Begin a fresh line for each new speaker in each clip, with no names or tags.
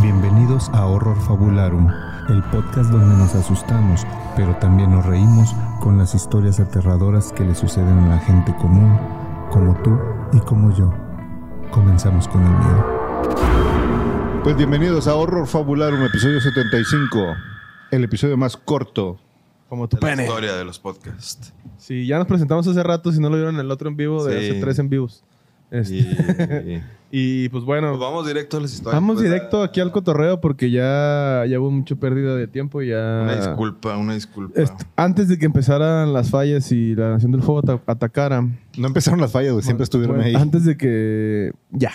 Bienvenidos a Horror Fabularum, el podcast donde nos asustamos, pero también nos reímos con las historias aterradoras que le suceden a la gente común, como tú y como yo. Comenzamos con el miedo.
Pues bienvenidos a Horror Fabularum, episodio 75, el episodio más corto.
Como tu
de la
pene.
historia de los podcasts.
Sí, ya nos presentamos hace rato, si no lo vieron en el otro en vivo, de
Sí.
hace tres en vivos. Este,
Y,
Y pues bueno,
Pues vamos directo a las historias.
vamos
pues,
directo
a-
aquí al cotorreo porque ya, ya hubo mucha pérdida de tiempo y ya...
Ah.
Una disculpa, una disculpa.
Est- antes de que empezaran las fallas y la Nación del Fuego ata- atacara...
No empezaron las fallas, güey, siempre estuvieron
bueno,
ahí.
Antes de que... Ya.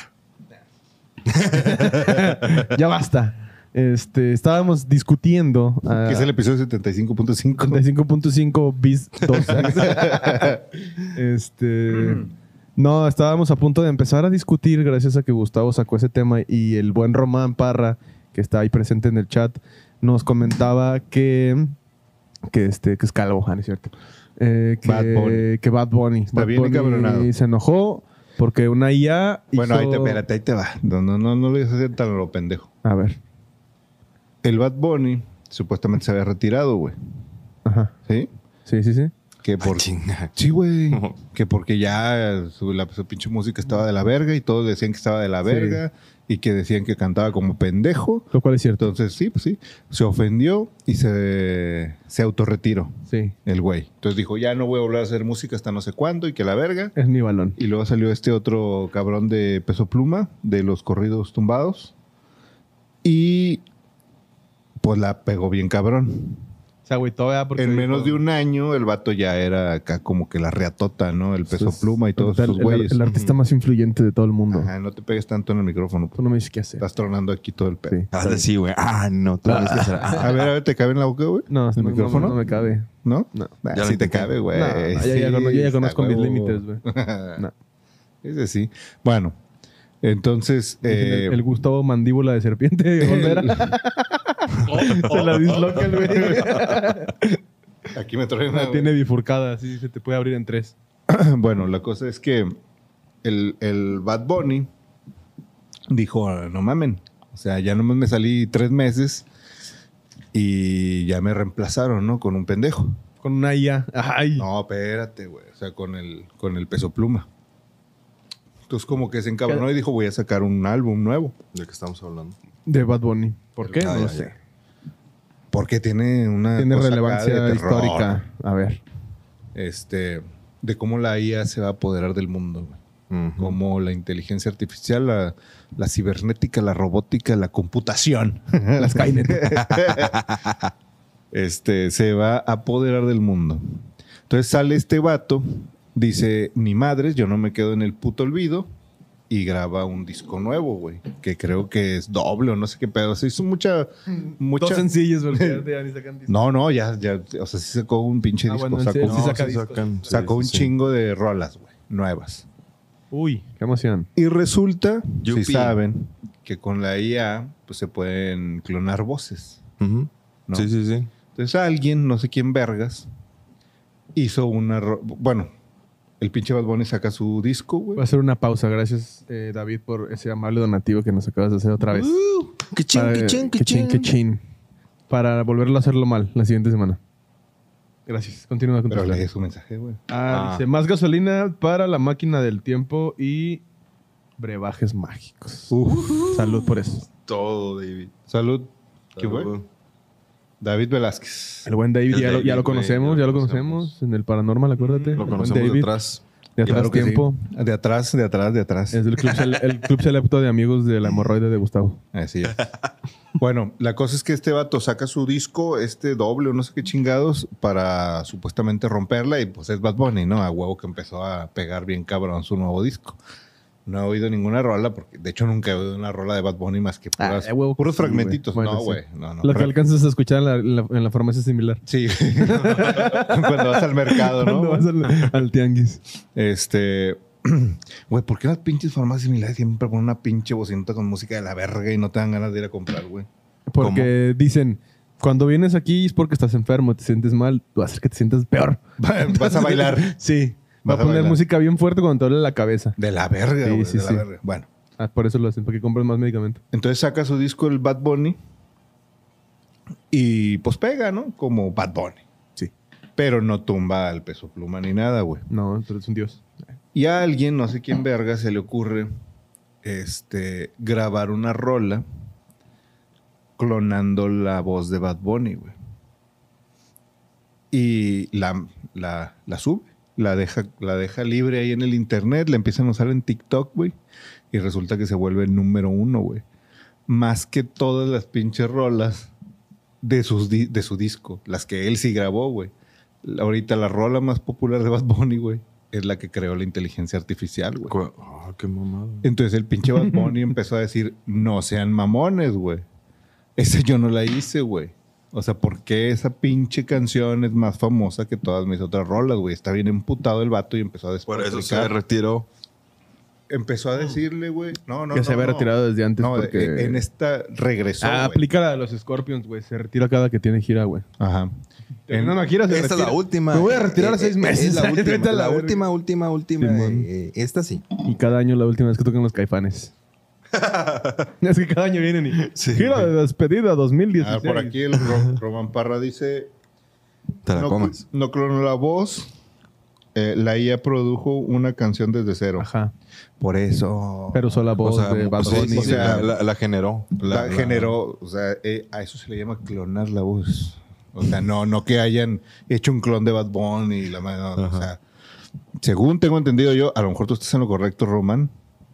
ya basta. Este, estábamos discutiendo... ah,
Que es el episodio 75.5.
35.5 bis 2.
Mm.
este. No, estábamos a punto de empezar a discutir, gracias a que Gustavo sacó ese tema y el buen Román Parra, que está ahí presente en el chat, nos comentaba que. Que, este, que es calvo, ah, no es cierto. Eh, que,
Bad Bunny.
que Bad Bunny.
Está
Bad
bien
Bunny
encabronado.
se enojó porque una IA.
Bueno, ahí
hizo-
te, espérate, ahí te va. No, no, no, no lo digas así tan a lo pendejo.
A ver.
El Bad Bunny supuestamente se había retirado, güey.
Ajá.
¿Sí?
Sí, sí, sí.
Que
Ah,
por...
chinga.
Sí, güey.
No.
Que porque ya su, la- su pinche música estaba de la verga y todos decían que estaba de la
Sí.
verga y que decían que cantaba como pendejo.
Lo cual es cierto.
Entonces, sí, pues sí. Se ofendió y se, se autorretiró
Sí.
el güey. Entonces dijo, ya no voy a volver a hacer música hasta no sé cuándo y que la verga.
Es mi balón.
Y luego salió este otro cabrón de peso pluma, de los corridos tumbados. Y pues la pegó bien cabrón.
Se agüitó, ¿verdad? Porque
en menos
dijo-
de un año el vato ya era acá como que la reatota, ¿no? El peso
Pues,
pluma y todos
el-
esos
el-
güeyes.
El, artista más influyente de todo el mundo.
Ajá, no te pegues tanto en el micrófono.
Tú
pues,
no me dices qué hacer.
Estás tronando aquí todo el pedo.
Sí.
Hazle así, güey. Ah, no, tú lo viste hacer. Ah,
A ver, a ver, ¿te cabe en la boca, güey?
No,
¿El
no,
micrófono?
no, no me cabe.
¿No?
No.
Nah,
Ya lo
sí te
intenté.
cabe, güey.
No, no, yo ya
Pues, Sí,
cono- yo ya
está
conozco mis
huevo.
límites, güey. No.
Ese sí. Bueno, entonces... eh,
el, el Gustavo Mandíbula de Serpiente de Bandera. se la disloca el güey.
Aquí me traen
La tiene bifurcada, así se te puede abrir en tres.
Bueno, la cosa es que el, el Bad Bunny dijo, "Ah, no mamen. O sea, ya nomás me salí tres meses y ya me reemplazaron, ¿no? Con un pendejo.
Con una IA. Ay.
No, espérate, güey. O sea, con el, con el peso pluma. Entonces como que se encabronó y dijo, voy a sacar un álbum nuevo.
¿De qué estamos hablando?
De Bad Bunny. ¿Por qué?
Ah,
No
ya,
sé.
Porque tiene una...
Tiene
cosa acá
relevancia
de terror,
histórica. A ver.
Este, de cómo la IA se va a apoderar del mundo, güey.
Ujú.
como la inteligencia artificial, la, la cibernética, la robótica, la computación, las este, se va a apoderar del mundo. Entonces sale este vato, dice, ni madres, yo no me quedo en el puto olvido, y graba un disco nuevo, güey, que creo que es doble o no sé qué pedo. Se hizo mucha, mucha...
Dos sencillos, porque ya ni sacan disco.
No, no, ya, ya, o sea, sí sacó un pinche
Ah,
disco,
bueno, él sí-
sacó,
él sí
No,
saca
sí
discos.
sacan, sí,
sacó
sí,
un
sí.
chingo de rolas, güey, nuevas.
Uy, qué emoción.
Y resulta,
Yupi.
si saben, que con la IA pues, se pueden clonar voces.
Ujú.
¿no?
Sí, sí, sí.
Entonces alguien, no sé quién vergas, hizo una... ro- Bueno, el pinche Bad Bunny saca su disco,
Voy a
güey.
hacer una pausa. Gracias, eh, David, por ese amable donativo que nos acabas de hacer otra vez.
Uh,
Que
Para- que chin, que chin. Para volverlo a hacerlo mal la siguiente semana. Gracias. Continúa con tu
Pero
plan.
leí su mensaje, güey.
Ah,
Ah.
dice, más gasolina para la máquina del tiempo y brebajes mágicos. Salud por eso.
Todo, David.
Salud. ¿Qué
Salud.
fue? David Velázquez.
El buen David,
El
ya, lo, ya
David,
lo
güey,
conocemos, ya lo conocemos. En el Paranormal, acuérdate. El
Lo
buen
conocemos
David,
detrás.
de atrás
Claro que sí.
tiempo.
De atrás, de atrás, de atrás.
Es del club, cel- el club selecto de amigos de la hemorroide de Gustavo.
Así es. bueno, la cosa es que este vato saca su disco, este doble o no sé qué chingados, para supuestamente romperla y pues es Bad Bunny, ¿no? A huevo que empezó a pegar bien cabrón su nuevo disco. No he oído ninguna rola, porque de hecho nunca he oído una rola de Bad Bunny más que puras-
Ah, a huevo que
puros
sí, güey.
fragmentitos.
Bueno,
no,
sí.
güey. No, no.
lo que
Re-
alcanzas a escuchar en la, en la- en la farmacia similar.
Sí. Cuando vas al mercado, ¿no?
Cuando vas al, al tianguis.
Este. Güey, ¿por qué las pinches farmacias similares siempre ponen una pinche bocinota con música de la verga y no te dan ganas de ir a comprar, güey?
Porque dicen, cuando vienes aquí es porque estás enfermo, te sientes mal, va a hacer que te sientas peor.
Vas a bailar.
Sí. Va
Vas
a
a
poner
bailar.
música bien fuerte cuando te duele la cabeza.
De la verga,
Sí,
güey.
sí,
de la
sí.
verga. Bueno.
Ah, por eso lo hacen, para que compren más medicamento.
Entonces saca su disco el Bad Bunny y pues pega, ¿no? Como Bad Bunny.
Sí.
Pero no tumba al peso pluma ni nada, güey.
No, pero es un dios.
Y a alguien, no sé quién verga, se le ocurre este, grabar una rola clonando la voz de Bad Bunny, güey. Y la, la, la sube, la deja, la deja libre ahí en el internet, la empiezan a usar en TikTok, güey. Y resulta que se vuelve el número uno, güey. Más que todas las pinches rolas de, sus di- de su disco, las que él sí grabó, güey. La- Ahorita la rola más popular de Bad Bunny, güey, es la que creó la inteligencia artificial, güey.
Cu- Ah, qué mamada.
Entonces el pinche Bad Bunny empezó a decir, no sean mamones, güey. Esa yo no la hice, güey. O sea, ¿por qué esa pinche canción es más famosa que todas mis otras rolas, güey? Está bien emputado el vato y empezó a
Por eso se
despotricar.
retiró.
Empezó a decirle, güey, no, no,
que
no,
se había
no.
retirado desde antes
No, de-
porque...
en esta regresó,
ah,
güey.
aplica la de los Scorpions, güey. Se retira cada que tiene gira, güey.
Ajá. En-
Terminando la gira, se
Esta es
retira.
la última.
Me voy a retirar
Eh,
seis
eh,
meses.
Es la última,
Vete a
la,
la verga.
última, última, última.
Simón.
eh, eh, esta sí.
Y cada año la última vez que tocan los caifanes. es que cada año vienen y... gira de despedida 2016.
Ah, por aquí el Ro- Román Parra dice,
Te la
no,
comas.
no clonó la voz, eh, la IA produjo una canción desde cero.
Ajá.
Por eso.
Pero solo la
O
voz
sea,
de Bad
pues sí,
Bunny.
sí,
o sea,
la, la- la generó.
La, generó, o sea, eh, a eso se le llama clonar la voz. O sea, no, no que hayan hecho un clon de Bad Bunny y la madre, no, no, o
Ajá.
sea, según tengo entendido yo, a lo mejor tú estás en lo correcto, Román.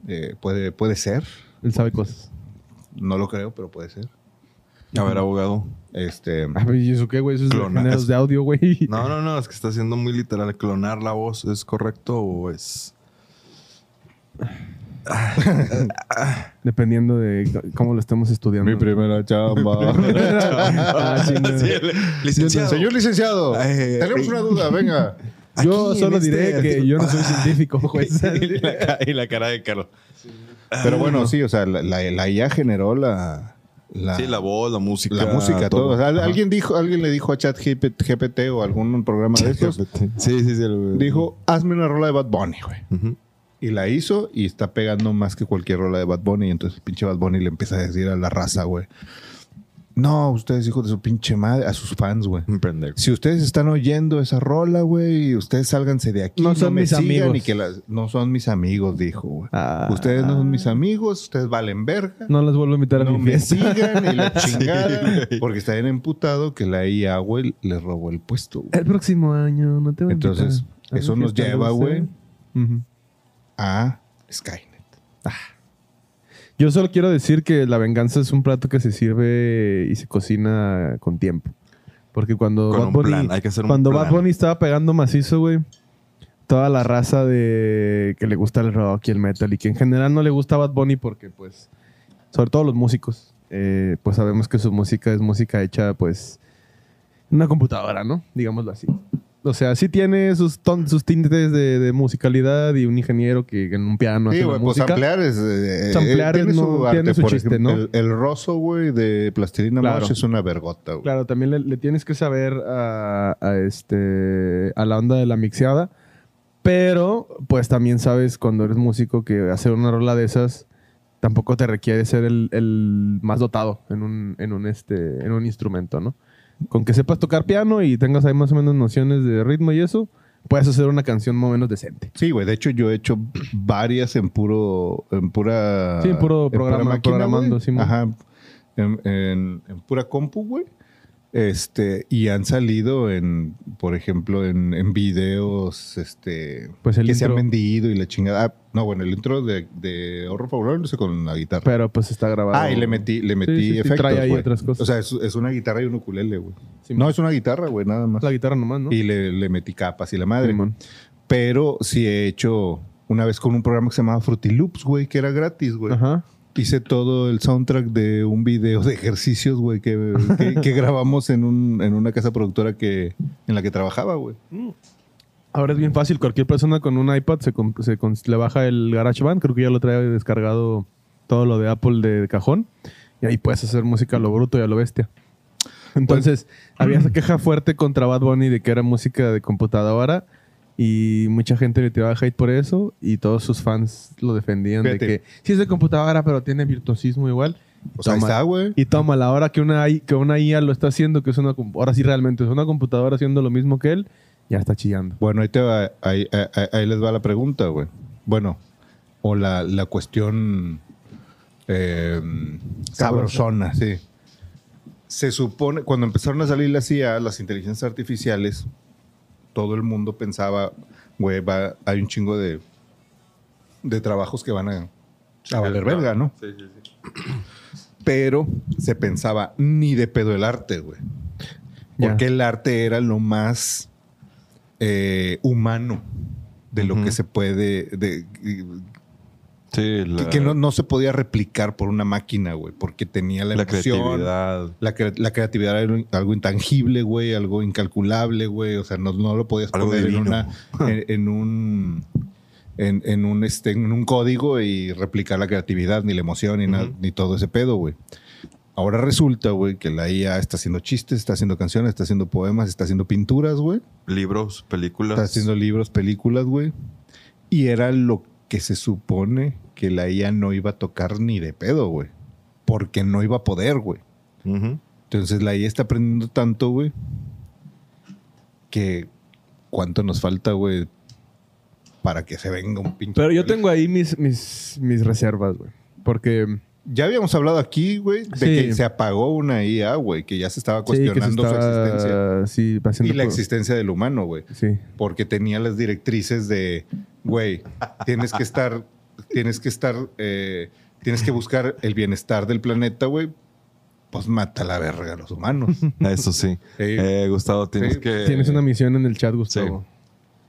Eh, puede, puede ser,
Él sabe cosas.
no lo creo, pero puede ser.
A ver, abogado.
Este,
Ah, pero ¿Y eso qué, güey? Eso es de
Clonas.
géneros de audio, güey.
No, no, no, es que está siendo muy literal. ¿Clonar la voz es correcto o es.?
Dependiendo de c- cómo lo estemos estudiando.
primera mm. chamba.
Ah, sí, no.
Sí, el- licenciado.
Señor licenciado,
Eh,
tenemos
eh.
una duda, venga.
Aquí
Yo
en
solo
este
diré que
artículo-
yo no soy científico, juez.
y, la, ca- y la cara de Carlos.
Pero bueno, sí, o sea, la, la, la IA generó la... la-
Sí, la voz, la música.
la música, todo. O sea,
Ajá.
alguien dijo, alguien le dijo a ChatGPT GPT o algún programa de estos,
Sí, sí, sí. el-
dijo, hazme una rola de Bad Bunny, güey.
Ujú.
Y la hizo y está pegando más que cualquier rola de Bad Bunny. Y entonces el pinche Bad Bunny le empieza a decir a la raza, güey. No, ustedes hijos de su pinche madre, a sus fans, güey.
Un pendejo.
Si ustedes están oyendo esa rola, güey, y ustedes sálganse de aquí.
No son mis amigos.
Y que las- no son mis amigos, dijo, güey.
Ah.
ustedes no son mis amigos, ustedes valen verga.
No los vuelvo a invitar a
No
mi
me
fiesta.
sigan y la chingada. porque está bien emputado que la IA, güey, le robó el puesto, güey.
El próximo año no te voy a invitar.
Entonces,
a mi
eso nos
fiesta,
lleva,
no sé.
güey,
Ujú.
a Skynet.
Yo solo quiero decir que la venganza es un plato que se sirve y se cocina con tiempo. Porque cuando
Con
Bad
un
Bunny,
plan, hay que hacer un
cuando
plan.
Bad Bunny estaba pegando macizo, güey, toda la raza de que le gusta el rock y el metal y que en general no le gusta Bad Bunny porque, pues, sobre todo los músicos, eh, pues sabemos que su música es música hecha, pues, en una computadora, ¿no? Digámoslo así. O sea, sí tiene sus, ton- sus tintes de, de musicalidad y un ingeniero que en un piano
Sí,
hace la
güey, pues
música.
ampliar es. eh,
Samplear
tiene
es
su
no-
arte,
tiene su
por
chiste,
ejemplo.
¿no?
El, el roso, güey, de plastilina
Claro.
mosh es una vergota, güey.
Claro, también le, le tienes que saber a, a este a la onda de la mixeada, pero pues también sabes cuando eres músico que hacer una rola de esas tampoco te requiere ser el, el más dotado en un, en un este en un instrumento, ¿no? Con que sepas tocar piano y tengas ahí más o menos nociones de ritmo y eso, puedes hacer una canción más o menos decente.
Sí, güey. De hecho, yo he hecho varias en puro. En pura.
Sí, puro
en pura
programa- programando,
güey.
sí, mo-
Ajá. En, en- en pura compu, güey. Este, y han salido en, por ejemplo, en, en videos, este,
Pues el
que se han
intro.
vendido y la chingada. Ah, no, bueno, el intro de, de Horror Favorable lo hice con la guitarra.
Pero pues está grabado.
Ah, y le metí, le metí
sí, sí,
efectos.
trae ahí
güey.
otras cosas.
O sea, es, es una guitarra y un ukulele, güey.
Sí,
no, es una guitarra, güey, nada más.
la guitarra nomás, ¿no?
Y le, le metí capas y la madre.
Simón.
Pero sí he hecho una vez con un programa que se llamaba Fruity Loops, güey, que era gratis, güey.
Ajá.
Hice todo el soundtrack de un video de ejercicios, güey, que, que- que grabamos en, un, en una casa productora que, en la que trabajaba, güey.
Ahora es bien fácil, cualquier persona con un iPad se, comp- se cons- le baja el GarageBand, creo que ya lo trae descargado todo lo de Apple de cajón, y ahí puedes hacer música a lo bruto y a lo bestia. Entonces, había esa queja fuerte contra Bad Bunny de que era música de computadora, Y mucha gente le tiraba hate por eso y todos sus fans lo defendían de
Fíjate.
que sí es de computadora, pero tiene virtuosismo igual.
Pues ahí
Toma-
está, güey.
Y toma, la hora que una, I- que una IA lo está haciendo, que es una... com- Ahora sí realmente es una computadora haciendo lo mismo que él, ya está chillando.
Bueno, ahí, te va- ahí, ahí- ahí les va la pregunta, güey. Bueno, o la, la cuestión eh, sabrosona, sí. Se supone, cuando empezaron a salir las IA, las inteligencias artificiales, todo el mundo pensaba, güey, va- hay un chingo de, de trabajos que van a, a valer verga, ¿no?
Sí, sí, sí.
Pero se pensaba ni de pedo el arte, güey.
Ya.
Porque el arte era lo más eh, humano de lo
Ujú.
que se puede. de-
Sí,
que-
la,
que no, no se podía replicar por una máquina, güey. Porque tenía la,
la
emoción,
creatividad.
La, cre- la creatividad era un- algo intangible, güey, algo incalculable, güey. O sea, no, no lo podías
Algo
poner en,
divino.
una, en, en un. En, en un, este, en un código y replicar la creatividad, ni la emoción, ni, nada,
Ujú.
ni todo ese pedo, güey. Ahora resulta, güey, que la IA está haciendo chistes, está haciendo canciones, está haciendo poemas, está haciendo pinturas, güey.
Libros, películas.
Está haciendo libros, películas, güey. Y era lo que se supone que la IA no iba a tocar ni de pedo, güey. Porque no iba a poder, güey.
Ujú.
Entonces la IA está aprendiendo tanto, güey, que cuánto nos falta, güey, para que se venga un pinche.
Pero yo tengo ahí mis, mis, mis reservas, güey. Porque...
Ya habíamos hablado aquí, güey, de
Sí.
que se apagó una IA, güey, que ya se estaba
sí, que se
cuestionando
estaba-
su existencia.
Sí,
Y
haciendo
la
por-
existencia del humano, güey.
Sí.
porque tenía las directrices de, güey, tienes que estar, tienes que estar, eh, tienes que buscar el bienestar del planeta, güey. Pues mata la verga a los humanos.
Eso sí. Eh, Gustavo, tienes
Sí.
que.
Tienes una misión en el chat, Gustavo.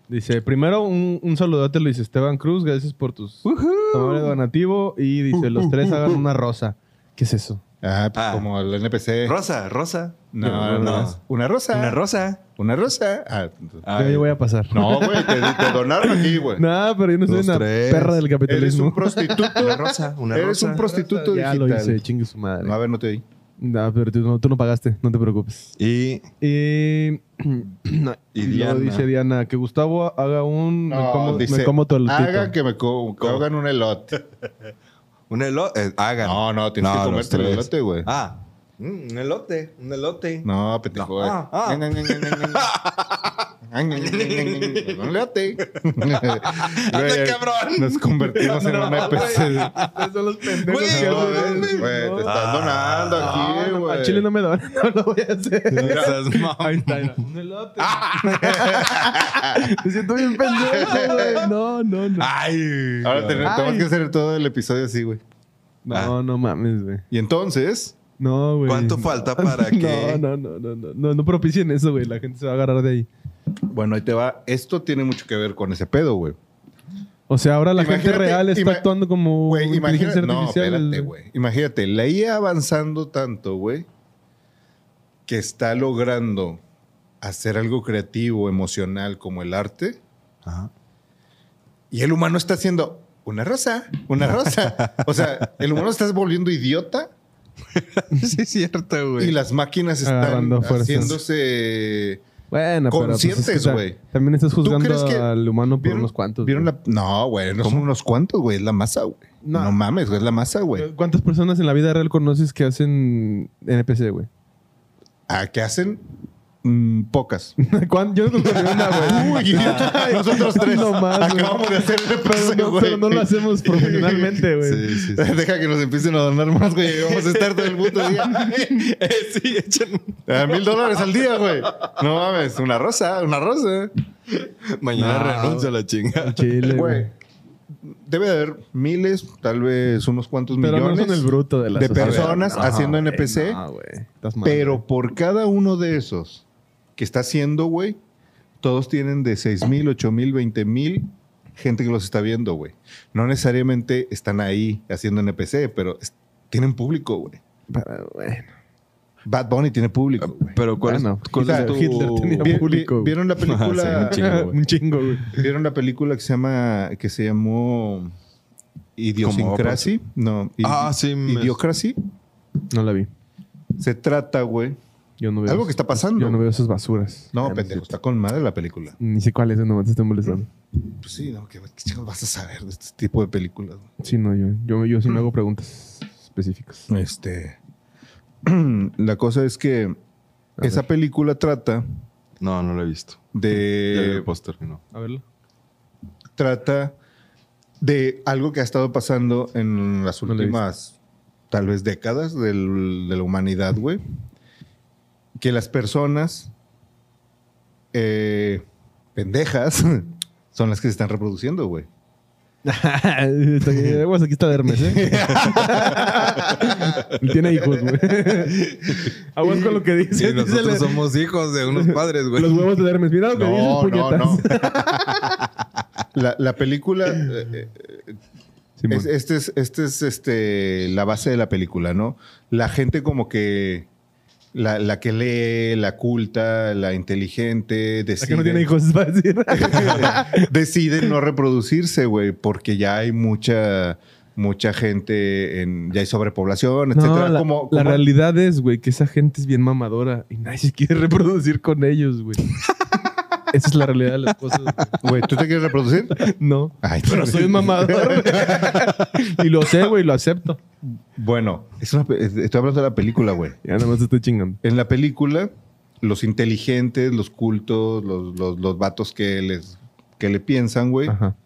Dice, primero un, un saludote, Luis Esteban Cruz. Gracias por tus tomar de donativo. Y dice, los tres hagan una rosa. ¿Qué es eso?
Ah, pues
Ah.
como el NPC.
Rosa, rosa.
No, no,
no.
Una rosa.
Una rosa.
Una rosa. Ah, entonces-
Ay.
Yo ya voy a pasar.
No, güey, te, te donaron aquí, güey.
Nah, pero yo no soy
Los
una
tres.
perra del
Eres
capitalismo.
un prostituto.
Una rosa, una
Eres
rosa.
un prostituto
ya lo
digital.
hice, chingue su madre.
No, a ver, no te oí.
Nah, pero tú no, tú no pagaste, no te preocupes.
Y
Eh, no,
Y
luego
Diana.
dice Diana, que Gustavo haga un... me
No,
como, me
dice,
como tu elotito".
Hagan que me co- que hagan un elote.
un elote. eh, hagan.
No, no, tienes que
los
comerte el
tres.
elote, güey.
Ah. Mm, un elote, un elote.
No, pendejo.
No. Ah, ah.
No leate.
Anda, cabrón.
Nos convertimos en un
pues,
NPC.
Ustedes son los pendejos
Güey,
que
no
hacen
mames,
eso.
Güey,
No.
te estás donando aquí,
No, no,
Ah, güey.
al Chile no me da, no lo voy a hacer.
Esas mam-
Ahí está, mira, un elote. Me siento bien pendejo, güey. No, no, no.
Ay.
Ahora ten-
Ay.
tenemos que hacer todo el episodio así, güey.
No, no mames, güey.
Y entonces,
No, güey.
¿Cuánto falta para que-
No, no, no, no, no, no. No propicien eso, güey. La gente se va a agarrar de ahí.
bueno, ahí te va. Esto tiene mucho que ver con ese pedo, güey.
O sea, ahora la gente
Imagínate,
real está
ima-
actuando como
Güey,
inteligencia
imagínate. No,
artificial.
espérate, güey. Imagínate, la IA avanzando tanto, güey, que está logrando hacer algo creativo, emocional, como el arte.
Ajá.
Y el humano está haciendo una rosa, una rosa. O sea, el humano está volviendo idiota
sí, es cierto, güey.
y las máquinas están
Agarrando fuerzas.
haciéndose.
Bueno, pero pues, es que
Conscientes,
ta-
güey.
También estás juzgando
crees que-
al humano por unos cuantos.
¿vieron
güey.
la- No, güey, no son unos cuantos, güey, es la masa, güey.
No.
No. mames, güey, es la masa, güey.
¿Cuántas personas en la vida real conoces que hacen NPC, güey?
¿A Ah, qué hacen? Mm, pocas.
¿Cuán- Yo no conozco una, güey.
Uy, idiota. Nosotros tres
No más, güey.
acabamos de hacer el
Pero
pase,
no, pero
güey.
no lo hacemos profesionalmente, güey.
Sí, sí, sí.
Deja que nos empiecen a donar más, güey. y Vamos a estar todo el puto día.
Eh, sí, echen.
A mil dólares al día, güey. No mames, una rosa, una rosa.
Mañana
No.
renuncio a la chingada.
Chile,
Güey,
güey.
debe de haber miles, tal vez unos cuantos
Pero no
millones
son el bruto de la
de
sociedad.
personas
No,
haciendo
güey,
NPC.
no, güey. Estás mal, güey.
pero por cada uno de esos que está haciendo, güey, todos tienen de 6 mil, 8 mil, 20 mil gente que los está viendo, güey. No necesariamente están ahí haciendo NPC, pero es- tienen público, güey.
Pero, bueno.
Bad Bunny tiene público, güey.
Ah, Pero ¿cuál, es-
Bueno,
cuál
Hitler-
es tu...
Hitler tenía
Vi- vi-
público, güey.
¿Vieron la
Ah,
película?
sí, un chingo, güey.
Un chingo, güey.
¿Vieron la película que se llama que se llamó Idiosincrasy? No,
Ah, sí, me-
Idiocracy.
No la vi.
Se trata, güey,
Yo no veo
Algo
eso.
que está pasando.
Yo no veo esas basuras.
No,
Ah,
pendejo, está con madre la película.
Ni sé cuál es, nomás te estoy molestando.
Pues sí, no, ¿qué, qué chingados vas a saber de este tipo de películas? güey?
Sí, no, yo, yo, yo sí me hago preguntas específicas.
Este. la cosa es que
A
esa
ver.
película trata
No, no lo he visto.
Eh,
Ya vi
de.
el póster, no.
A verlo.
trata de algo que ha estado pasando en las
No lo he
últimas, tal vez, décadas del- de la humanidad, güey. Que las personas eh, pendejas son las que se están reproduciendo, güey.
Aguas, aquí está Hermes, ¿eh? Tiene hijos, güey. Aguas Ah, con lo que dice.
Y
dice
nosotros
la-
somos hijos de unos padres, güey.
Los huevos de Hermes. Mira lo que dices, puñetas.
La, la película, eh,
Simón.
Es- este es, este es este, la base de la película, ¿no? La gente como que... La, la que lee, la culta, la inteligente,
La
decide...
que no tiene hijos, es decir.
deciden no reproducirse, güey, porque ya hay mucha mucha gente en ya hay sobrepoblación, etcétera,
No, la,
como,
la
como-
realidad es, güey, que esa gente es bien mamadora y nadie se quiere reproducir con ellos, güey. esa es la realidad de las cosas. güey.
güey, ¿tú te quieres reproducir?
No.
Ay,
Pero soy un mamador. güey. y lo sé, güey, lo acepto.
Bueno, es una pe- estoy hablando de la película, güey.
Ya nada más te estoy chingando.
En la película los inteligentes, los cultos, los, los, los vatos que les que le piensan, güey,
Ajá.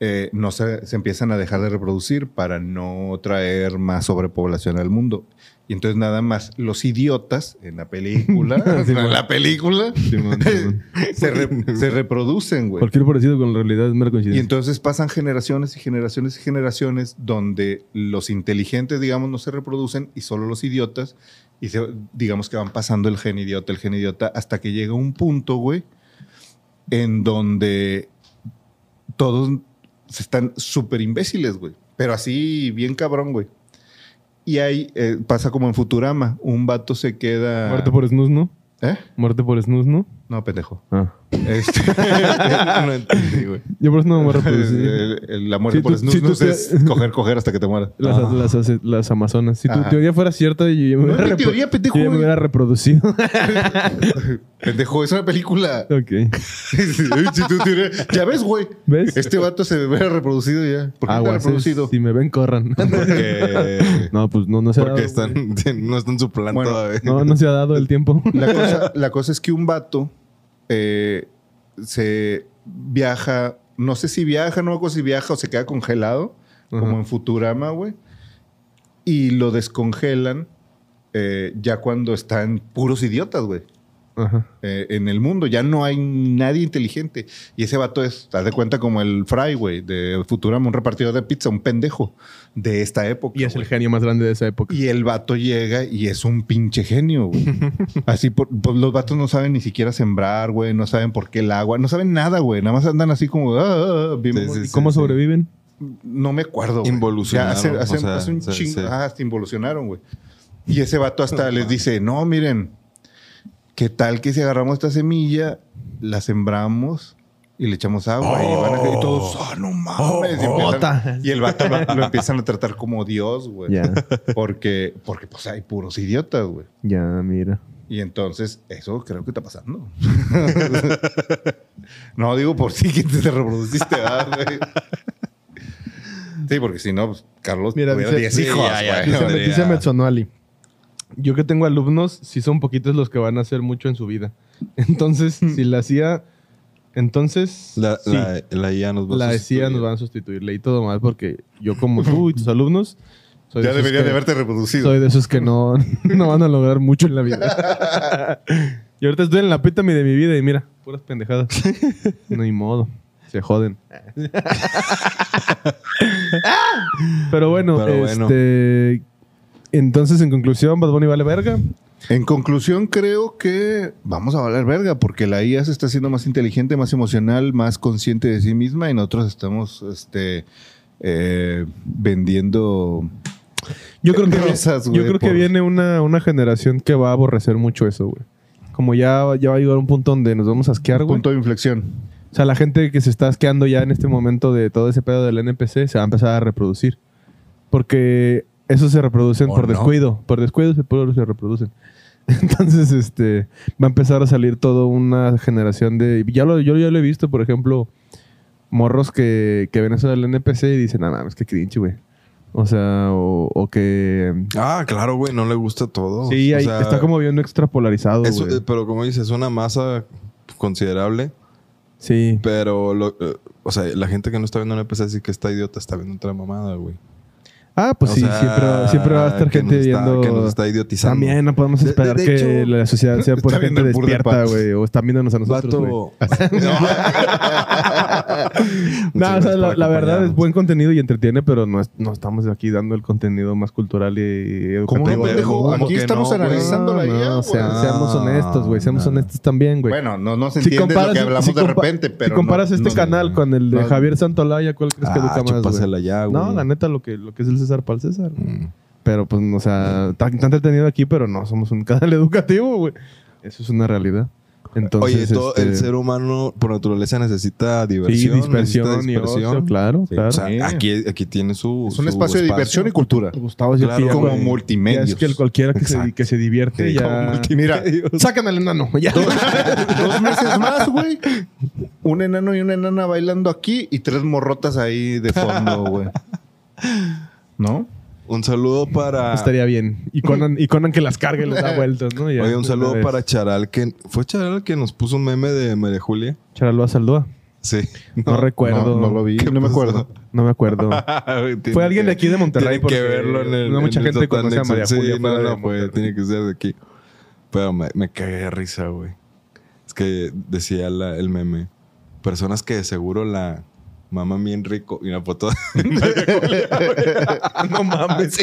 eh, no se, se empiezan a dejar de reproducir para no traer más sobrepoblación al mundo. Y entonces nada más los idiotas en la película,
Sí,
en
güey.
la película,
Simón, Simón.
se, re- se reproducen, güey.
Cualquier parecido con la realidad es mera
Y
coincidencia.
entonces pasan generaciones y generaciones y generaciones donde los inteligentes, digamos, no se reproducen y solo los idiotas, y se- digamos que van pasando el gen idiota, el gen idiota, hasta que llega un punto, güey, en donde todos se están súper imbéciles, güey. Pero así, bien cabrón, güey. Y ahí eh, pasa como en Futurama, un vato se queda...
Muerte por snus, ¿no?
¿Eh?
Muerte por snus, ¿no?
No, pendejo.
Ah.
Este-
no entendí, güey.
Yo por eso no me voy a reproducir.
El- el- La muerte
Sí,
por
tú-
snus
sí, tú
snus
te-
es coger, coger hasta que te mueras.
Las, las, las, las amazonas. Si tu
Ajá.
teoría fuera cierta, yo ya me
No es
hubiera
mi
repro-
teoría, pendejo,
yo ya me
güey.
hubiera reproducido.
Pendejo, es una película.
ok.
Si tú tienes- ya ves, güey.
¿Ves?
Este vato se hubiera reproducido ya. ¿Por qué no
Aguas, ¿eh?
ha reproducido?
Si me ven, corran.
Porque,
no, pues no, no se ha
porque
dado.
están, no están su plan
Bueno,
todavía.
No, no se ha dado el tiempo.
La, cosa, la cosa es que un vato eh, se viaja, no sé si viaja, no hago si viaja o se queda congelado, como
Ajá.
en Futurama, güey. Y lo descongelan eh, ya cuando están puros idiotas, güey.
Ajá.
eh, en el mundo. Ya no hay nadie inteligente. Y ese vato es, haz de cuenta, como el Fry, güey, de Futurama, un repartidor de pizza, un pendejo de esta época.
Y es el
güey.
genio más grande de esa época.
Y el vato llega y es un pinche genio, güey. Así, por, por- los vatos no saben ni siquiera sembrar, güey, no saben por qué el agua, no saben nada, güey. Nada más andan así como, ah, ah, ah, bien
Sí,
mamón.
¿Y
sí,
cómo sobreviven?
No me acuerdo. güey.
Involucionaron,
Ya Hace, hace-
o sea,
hace un
se-
chingo.
se-
Ah, se involucionaron, güey. Y ese vato hasta les dice: No, miren, ¿qué tal que si agarramos esta semilla, la sembramos y le echamos agua? y, van
Oh.
a, y todos, "Ah, no mames. y, empiezan-
bota.
y el vato lo, lo empiezan a tratar como Dios, güey.
Ya.
Porque, porque pues hay puros idiotas, güey.
Ya, mira.
Y entonces, eso creo que está pasando. no digo por sí que te reproduciste, ¿verdad, güey. Sí, porque si no, pues, Carlos
Mira,
tuviera
dice-
10
sí,
hijos.
ya, ya,
güey.
ya.
Dice,
Andrea.
dice Metzonuali. Yo que tengo alumnos, sí son poquitos los que van a hacer mucho en su vida. Entonces,
Mm.
si la hacía, entonces
La,
sí,
la, la IA nos va a
la
sustituir.
decía nos van a sustituir. Leí todo mal porque yo como tú y tus alumnos soy
Ya
esos
debería
que-
de haberte reproducido.
Soy de esos que no, no van a lograr mucho en la vida. y ahorita estoy en la epítome de mi vida y mira, puras pendejadas. No hay modo. Se joden. Pero bueno,
Pero bueno.
este, Entonces, en conclusión, Bad Bunny vale verga.
En conclusión, creo que vamos a valer verga, porque la IA se está haciendo más inteligente, más emocional, más consciente de sí misma, y nosotros estamos este, eh, vendiendo.
Yo creo que,
Rosas,
yo
güey,
creo que
por-
viene una, una generación que va a aborrecer mucho eso, güey. Como ya, ya va a llegar un punto donde nos vamos a asquear, güey.
Punto de inflexión.
O sea, la gente que se está asqueando ya en este momento de todo ese pedo del NPC se va a empezar a reproducir. Porque esos se reproducen
¿O
por
no?
descuido. Por descuido se, por- se reproducen. Entonces, este, va a empezar a salir toda una generación de... Ya lo, yo ya lo he visto, por ejemplo, morros que, que ven eso del NPC y dicen, ah, es que cringe, güey. O sea, o, o que...
Ah, claro, güey, no le gusta todo.
Sí,
O
ahí
sea,
está como bien extrapolarizado,
eso-
güey.
eh, pero como dices, es una masa considerable.
Sí.
Pero, lo- eh, o sea, la gente que no está viendo E una PC así que está idiota está viendo otra mamada, güey.
Ah, pues
O
sí,
sea,
siempre, va- siempre va a estar
que
gente
nos está-
viendo...
que nos está idiotizando.
También no podemos
De- de-
esperar
de
que
hecho,
la sociedad sea por
está
gente
viendo el burro de
despierta,
patos.
güey. O están viéndonos a nosotros, güey.
Vato. Ah, Muchas
No, o sea,
gracias
la,
por
la verdad es
acompañarnos.
buen contenido y entretiene, pero no, es- no estamos aquí dando el contenido más cultural y, y
¿Cómo
educativo.
no, pendejo?
¿Cómo
Aquí
que
estamos
no, güey?
analizando la idea.
No,
güey.
sea-
güey.
seamos honestos, güey. Seamos
No, no.
honestos también, güey.
Bueno, no, no se
Si
entiende lo que hablamos
si
de
compa-
repente, pero.
si comparas
no-
este
no-
canal con el de
no-
Javier Santolaya, ¿cuál crees que
Ah,
educa más, güey?
chúpasela ya, güey.
No, la neta, lo que, lo que es el César para el César.
Mm.
Pero, pues, no, o sea, tan, tan entretenido aquí, pero no somos un canal educativo, güey. Eso es una realidad. Entonces,
Oye, todo
este,
el ser humano por naturaleza necesita
sí,
diversión. necesita
dispersión y
dispersión.
ocio, claro,
Sí,
claro.
O sea,
Sí.
aquí, aquí tiene su.
Es un
su
espacio de diversión y cultura.
Gustavo es el
Claro,
que ya,
como
güey,
multimedios.
ya es que el cualquiera que, se,
Exacto.
que se divierte
Sí, como
ya...
multi-
Mira,
Sacan al enano. Ya.
dos meses más, güey. Un enano y una enana bailando aquí y tres morrotas ahí de fondo, güey. ¿No?
Un saludo para.
Estaría bien. Y Conan, y Conan que las cargue y les da vueltas, ¿no? Ya,
Oye, un
de
saludo
vez.
para Charal. Que, ¿Fue Charal el que nos puso un meme de María Julia?
Charalúa Saldúa.
Sí.
No, recuerdo.
No, no lo vi,
¿Qué
no me
pasó?
acuerdo.
No me acuerdo. Fue alguien de aquí de Monterrey.
Tiene Ah,
porque
que verlo en el.
No mucha
en el
gente conoce a
Sotanex.
María
Sí,
Julia. fuera
no,
de
no,
Monterrey.
fue- tiene que ser de aquí. Pero me, me cagué de risa, güey. Es que decía la- el meme. Personas que de seguro la maman bien rico. Y una foto.
no mames.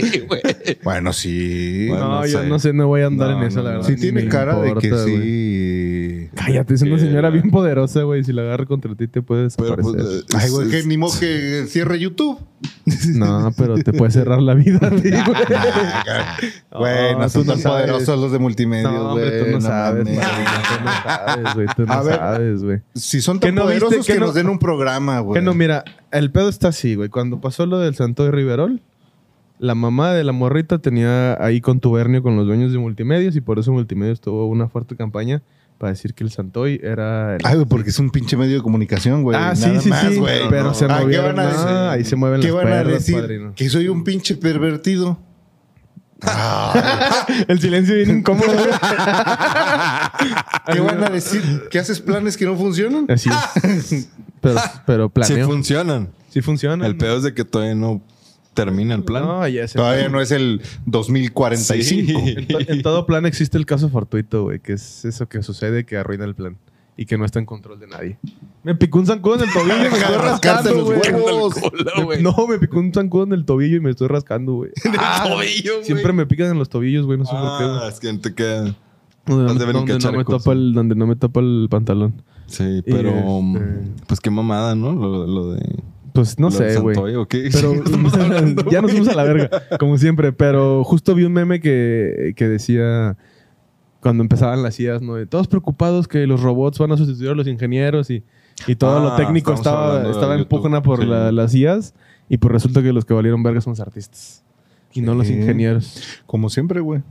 Bueno, sí.
Bueno,
No,
no
yo
sé.
no sé, no voy a andar
No,
en eso,
no,
la
no.
verdad.
sí
ni
tiene
me
cara de que
importa, güey.
sí.
Cállate, es una
Que
señora
la-
bien poderosa, güey. Si la agarra contra ti, te puede
Pero,
desaparecer.
pues, eh,
Ay, güey,
es-
que ni modo que cierre YouTube.
No, pero te puede cerrar la vida a ti, güey.
Ah, Bueno,
no,
son
tú no
tan
sabes.
poderosos los de multimedia,
No, hombre, tú
güey,
no sabes,
mames.
madre, tú no sabes, güey. Tú
A
no
ver.
sabes, güey.
Si son
Que
tan
no viste-
poderosos
que
que,
no-
nos den un programa, güey.
Que no, mira, el pedo está así, güey. Cuando pasó lo del Santoy Riverol, la mamá de la morrita tenía ahí contubernio con los dueños de multimedios y por eso multimedios tuvo una fuerte campaña para decir que el Santoy era el...
Ay, güey, porque es un pinche medio de comunicación, güey.
ah, sí,
Nada
sí,
más,
sí.
güey.
pero
No.
se
Ah, ¿qué
movieron.
van a
no,
decir?
ahí se mueven
¿Qué
las
van a
perras,
decir?
padrino.
Que soy un pinche pervertido.
El silencio bien incómodo, güey. Ah,
¿Qué van a decir? ¿Que haces planes que no funcionan?
Así es. Pero, pero
Sí
planeo.
funcionan.
Sí funciona.
El pedo es de que todavía no termina el plan.
No, ya se
Todavía no es el 2045.
Sí.
En, to- en todo plan existe el caso fortuito, güey, que es eso que sucede que arruina el plan y que no está en control de nadie. Me picó un zancudo en el tobillo y me
Deja
estoy
de rascarse
rascando,
los
güey.
huevos.
Me- No, me picó un zancudo en el tobillo y me estoy rascando, güey. Ah, Siempre me pican en los tobillos, güey, no sé por qué.
Ah,
güey.
es que te queda.
Donde, no,
has de venir
donde
cachar
no me
cosas.
tapa el, donde no me tapa el pantalón.
Sí, pero. um,
este-
Pues qué mamada, ¿no? Lo, lo de.
Pues no
lo de
sé, güey.
Santoy, ¿o qué?
Pero ya nos fuimos a la verga, como siempre. Pero justo vi un meme que, que decía cuando empezaban las IAs, ¿no? De todos preocupados que los robots van a sustituir a los ingenieros y, y todo lo
Ah,
técnico
estamos
estaba,
hablando de
estaba en
YouTube.
pugna por
Sí.
la- las IAs. Y pues resulta que los que valieron verga son los artistas. Y no los
Sí.
ingenieros.
Como siempre, güey.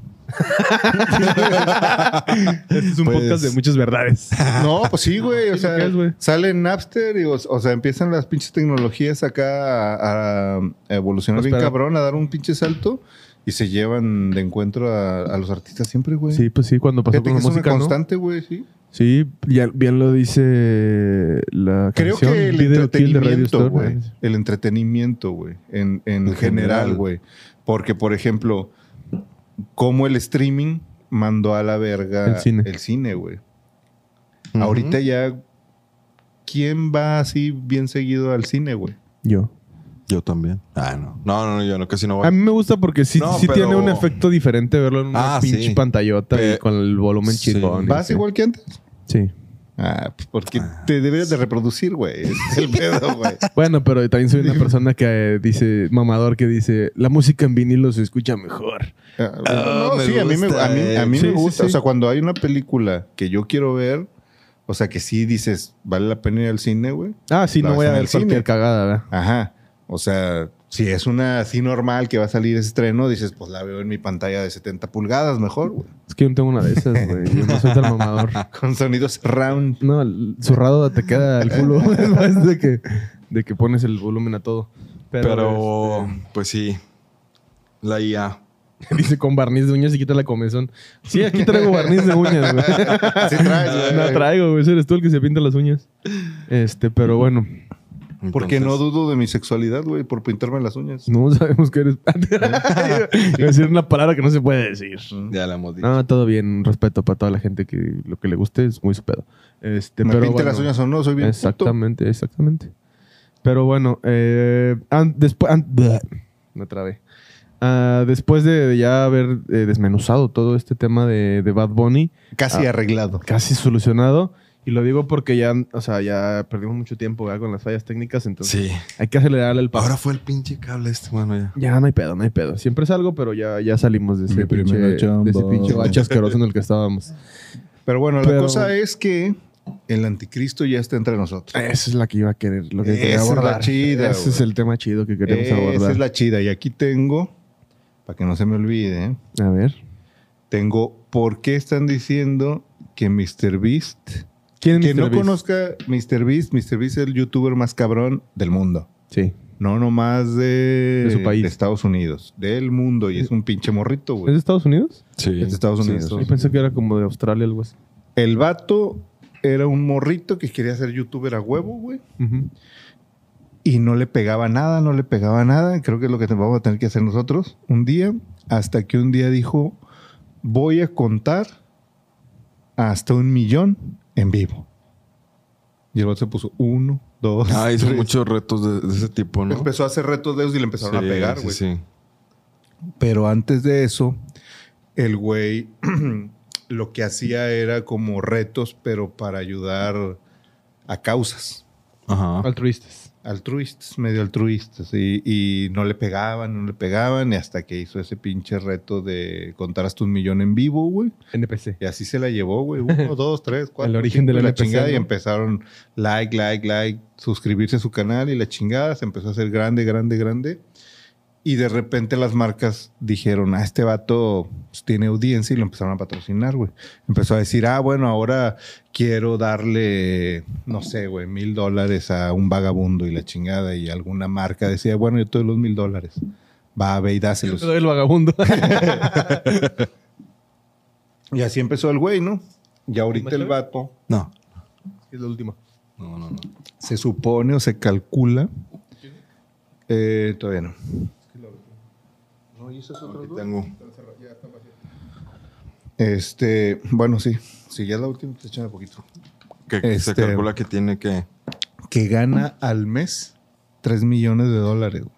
Este es un
Pues-
podcast de muchas verdades.
No, pues sí, güey. O
Ah. Sí, lo que
sea,
es, güey.
sale Napster y, o, o sea, empiezan las pinches tecnologías acá a, a evolucionar
Pues,
bien
pero-
cabrón, a dar un pinche salto y se llevan de encuentro a, a los artistas siempre, güey.
Sí, pues sí, cuando pasó
Fíjate que
con la
es una
música, ¿no?
constante, güey, sí.
Sí, ya- bien lo dice la
Creo
canción.
que el
Video Kill de Radio
entretenimiento,
Store, eh.
güey.
¿no?
El entretenimiento, güey. En, en
En
general,
general.
güey. Porque, por ejemplo, cómo el streaming mandó a la verga
El cine.
cine, güey.
Ujú.
Ahorita ya, ¿quién va así bien seguido al cine, güey?
Yo.
Yo también. Ah, no. No, no, no, yo no, casi no voy.
A mí me gusta porque sí,
No,
sí
pero-
tiene un efecto diferente verlo en una
Ah,
pinche
sí.
pantallota y
Pe-
con el volumen
Sí.
chingón. y
¿Vas
así.
igual que antes?
Sí.
Ah, pues porque te deberías de reproducir, güey. Ese Es el pedo, güey.
Bueno, pero también soy una persona que eh, dice, mamador, que dice, la música en vinilo se escucha mejor.
Ah,
no,
me
sí, a mí me,
gusta,
a mí, a mí
eh. Sí,
me
sí,
gusta.
sí.
O sea, cuando hay una película que yo quiero ver, o sea, que sí dices, vale la pena ir al cine, güey.
Ah, sí,
La
no
ves
voy a
en el
ver cualquier
cine.
cagada, ¿verdad?
Ajá. O sea, Si es una así normal que va a salir ese estreno, dices, pues la veo en mi pantalla de 70 pulgadas mejor, güey.
Es que yo no tengo una de esas, güey. Yo no soy tan mamador.
Con sonidos round.
No, el zurrado te queda el culo. Es más de que, de que pones el volumen a todo. Pero,
Pero, pues sí, la IA.
este, dice con barniz de uñas y quita la comezón. Sí, aquí traigo barniz de uñas, güey.
Sí traes, güey.
No traigo, güey. Ese Eres tú el que se pinta las uñas. Este, pero bueno,
Porque no
Entonces,
dudo de mi sexualidad, güey, por pintarme las uñas.
no sabemos que eres. Iba a decir una palabra que no se puede decir.
Mm.
Ya la hemos dicho.
No, todo bien. Respeto para toda la gente que lo que le guste es muy su pedo. Este,
Me
pero
pinte
bueno.
las uñas o no, soy bien puto.
Exactamente, exactamente. Pero bueno, eh, después... me trabé. Ah, después de ya haber eh, desmenuzado todo este tema de, de Bad Bunny,
Casi arreglado.
casi solucionado, y lo digo porque ya, o sea, ya perdimos mucho tiempo ¿verdad? con las fallas técnicas, entonces
Sí.
hay que acelerarle el paso.
Ahora fue el pinche cable este, bueno, ya.
Ya no hay pedo, no hay pedo. Siempre es algo, pero ya, ya salimos de ese
Mi
pinche,
primera
de
chamba.
ese pinche bache asqueroso en el que estábamos.
Pero bueno, la
Pero-
cosa es que el anticristo ya está entre nosotros.
Esa es la que iba a querer, lo que quería
Esa es la
abordar.
chida,
Ese es
güey.
el tema chido que queremos
Esa
abordar.
es la chida. Y aquí tengo, para que no se me olvide, ¿eh?
A ver.
tengo por qué están diciendo que Mr. Beast,
¿Quién
que
es
no
Mr. Beast?
conozca Mr. Beast, Mr. Beast es el youtuber más cabrón del mundo.
Sí.
No nomás de,
De su país.
de Estados Unidos, del mundo. Y es un pinche morrito,
¿Es de
güey.
Estados Unidos?
Sí.
Es de Este Estados
Sí,
Unidos.
es-
Yo pensé que era como de Australia algo así.
El vato era un morrito que quería ser youtuber a huevo, güey. Y no le pegaba nada, no le pegaba nada. Creo que es lo que vamos a tener que hacer nosotros un día. Hasta que un día dijo, voy a contar hasta un millón en vivo. Y el vato se puso uno, dos,
Ah, hizo
tres.
muchos retos de, de ese tipo, ¿no?
Empezó a hacer retos de ellos y le empezaron
Sí,
a pegar,
sí,
güey.
sí.
Pero antes de eso, el güey lo que hacía era como retos, pero para ayudar a causas.
Ajá.
Altruistas.
altruistas, medio altruistas, y, y no le pegaban, no le pegaban, y hasta que hizo ese pinche reto de contar hasta un millón en vivo, güey.
NPC.
Y así se la llevó, güey. Uno, dos, tres, cuatro.
El origen de la
cinco, y
NPC,
chingada. Y
¿no?
empezaron like, like, like, suscribirse a su canal y la chingada. Se empezó a hacer grande, grande, grande. Y de repente las marcas dijeron, ah, este vato pues, tiene audiencia y lo empezaron a patrocinar, güey. Empezó a decir, ah, bueno, ahora quiero darle, no sé, güey, mil dólares a un vagabundo y la chingada. Y alguna marca decía, bueno, yo te doy los mil dólares. Va, ve y dáselos.
Soy el vagabundo.
Y así empezó el güey, ¿no? Y ahorita el vato
No.
es lo último.
No, no, no.
se supone o se calcula. Eh, todavía no.
Aquí tengo.
Este, bueno, sí. Sí, ya es la última, te echan de poquito.
Que que se
Este-
calcula que tiene que.
Que gana al mes 3 millones de dólares, güey.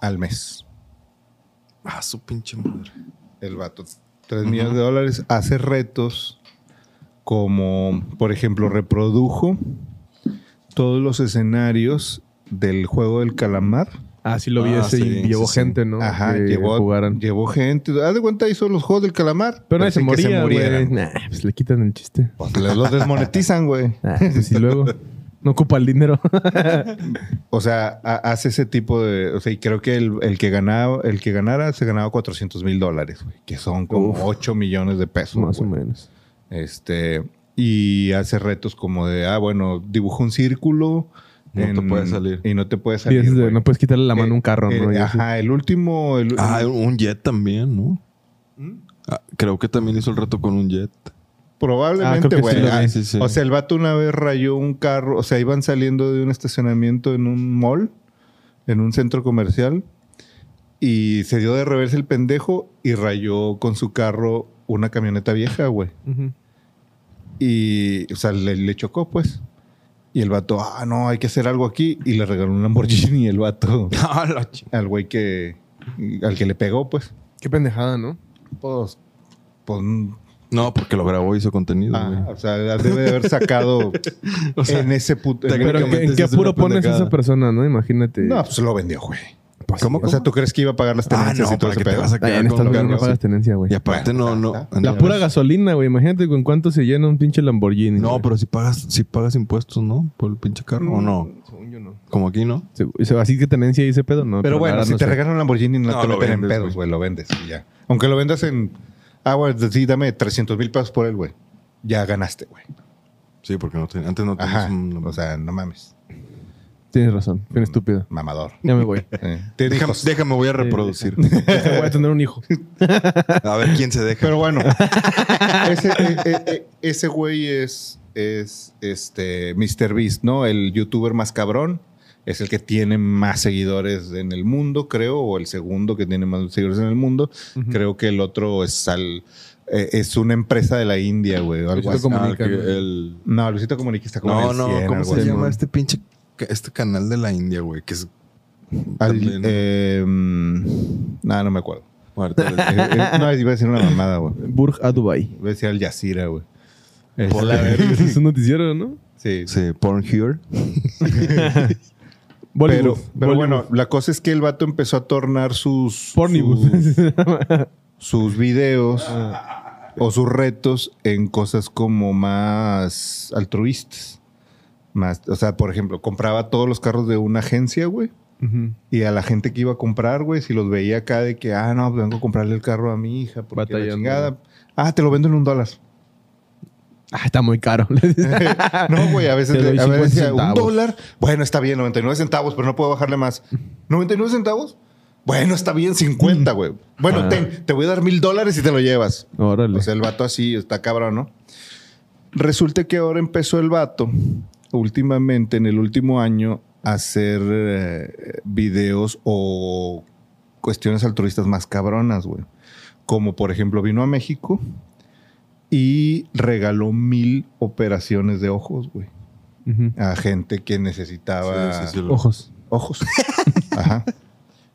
Al mes.
Ah, su pinche madre.
El vato. 3 millones de dólares. Hace retos como, por ejemplo, reprodujo todos los escenarios del juego del calamar.
Ah, sí lo vi
Ah,
ese
sí,
y llevó
sí, sí.
gente, ¿no?
Ajá,
Que
llevó,
jugaran.
llevó gente. Haz de cuenta, hizo los juegos del calamar.
Pero nadie se
sin que
moría, güey.
murieran.
Nah, pues le quitan el chiste.
Pues les los desmonetizan, güey.
Ah, pues y luego no ocupa el dinero.
O sea, ha- hace ese tipo de. O sea, y creo que el, el que ganaba, el que ganara se ganaba 400 mil dólares, güey, que son como
Uf.
8 millones de pesos.
Más o
güey.
menos.
Este. Y hace retos como de, ah, bueno, dibujo un círculo.
No te puede salir.
Y no te puede
Sí,
salir.
es de,
güey.
no puedes quitarle la mano a
Eh,
un carro, ¿no?
eh,
Y así.
ajá, el último. el-
Ah, un jet también, ¿no? Ah, creo que también hizo el reto con un jet.
Ah, creo
Probablemente,
que
güey.
sí lo
Ah,
vi, sí, sí.
O sea, el vato una vez rayó un carro. O sea, iban saliendo de un estacionamiento en un mall, en un centro comercial. Y se dio de reversa el pendejo y rayó con su carro una camioneta vieja, güey.
Ujú.
Y, o sea, le, le chocó, pues. Y el vato, ah, no, hay que hacer algo aquí. Y le regaló un Lamborghini el vato
Ah, la chi-
al güey que. al que le pegó, pues.
Qué pendejada, ¿no?
Pues. pues
No, porque lo grabó y hizo contenido,
Ah,
ajá,
güey.
o sea, debe de haber sacado
O sea,
en ese puto. en-
Pero ¿en qué- ¿en qué
es una
apuro pones a esa
pendejada.
persona, no? Imagínate.
No, pues lo vendió, güey.
Pues, ¿Cómo?
O sea, ¿tú crees que iba a pagar las
Ah,
tenencias
no,
y todo
para
ese
que te
pedo?
vas a
Ay,
quedar
en
con
Estados
lo
Unidos no
grabado.
pagas tenencia, güey.
Y aparte no, no.
pues,
La pura gasolina, güey. Imagínate con cuánto se llena un pinche Lamborghini.
No,
güey.
Mm.
pero si pagas, si pagas impuestos, ¿no? Por el pinche carro. ¿O no?
Según yo no.
Como aquí, ¿no?
Se- se- Así que tenencia y ese pedo, no.
Pero bueno,
nada,
si
no
te
sé.
regalan un Lamborghini, no,
No,
te
lo
meten en
vendes,
pedos,
güey.
güey. Lo vendes y ya. Aunque lo vendas en. Ah, güey, sí, dame 300 mil pesos por él, güey. Ya ganaste, güey.
Sí, porque no ten- antes pues, no tenías
Ajá.
un-
O sea, no mames.
Tienes razón, bien estúpido.
Mamador.
Ya me voy.
Eh, te
déjame,
hijos.
déjame, voy a reproducir.
voy Este a tener un hijo.
A ver quién se deja.
Pero bueno, ese, eh, eh, eh, ese güey es, es este Mr. Beast, ¿no? El youtuber más cabrón. Es el que tiene más seguidores en el mundo, creo, o el segundo que tiene más seguidores en el mundo. Creo que el oteo es al- eh, es una empresa de la India, güey, o algo
Luisito
así.
Comunica.
Ah, que
güey.
el-
No, Luisito Comunica está como
No,
en el
no,
100,
¿cómo
algo
se
así.
llama este pinche ca- este canal de la India, güey? Que es
Al-
también-
eh, mm, no, no me acuerdo.
Ahorita les-
Eh, eh, no, iba a decir una mamada, güey.
Burj a Dubai.
Iba a decir al Yacira, güey.
Hola,
Este,
es un noticiero, ¿no?
sí,
Sí, Porn Here.
Pero,
Bollywood.
pero
Bollywood.
bueno, la cosa es que el vato empezó a tornar sus.
Pornibus.
Sus, sus videos
Ah.
o sus retos en cosas como más altruistas. Más, o sea, por ejemplo, compraba todos los carros de una agencia, güey.
Ujú.
Y a la gente que iba a comprar, güey, si los veía acá de que, ah, no, vengo a comprarle el carro a mi hija, porque la
Batallando.
chingada. Ah, te lo vendo en un dólar.
Ah, está muy caro.
No, güey, a veces,
Te doy
a veces
50
decía, un
centavos.
dólar. Bueno, está bien, 99 centavos, pero no puedo bajarle más. ¿99 centavos? Bueno, está bien, 50, güey. Bueno,
Ah.
ten, te voy a dar mil dólares y te lo llevas.
Órale.
O sea, el vato así está cabrón, ¿no? Resulta que ahora empezó el vato, últimamente, en el último año, a hacer eh, videos o cuestiones altruistas más cabronas, güey. Como por ejemplo, vino a México y regaló mil operaciones de ojos, güey.
Ujú.
A gente que necesitaba
Sí, sí, sí, lo-
Ojos.
ojos. Ajá.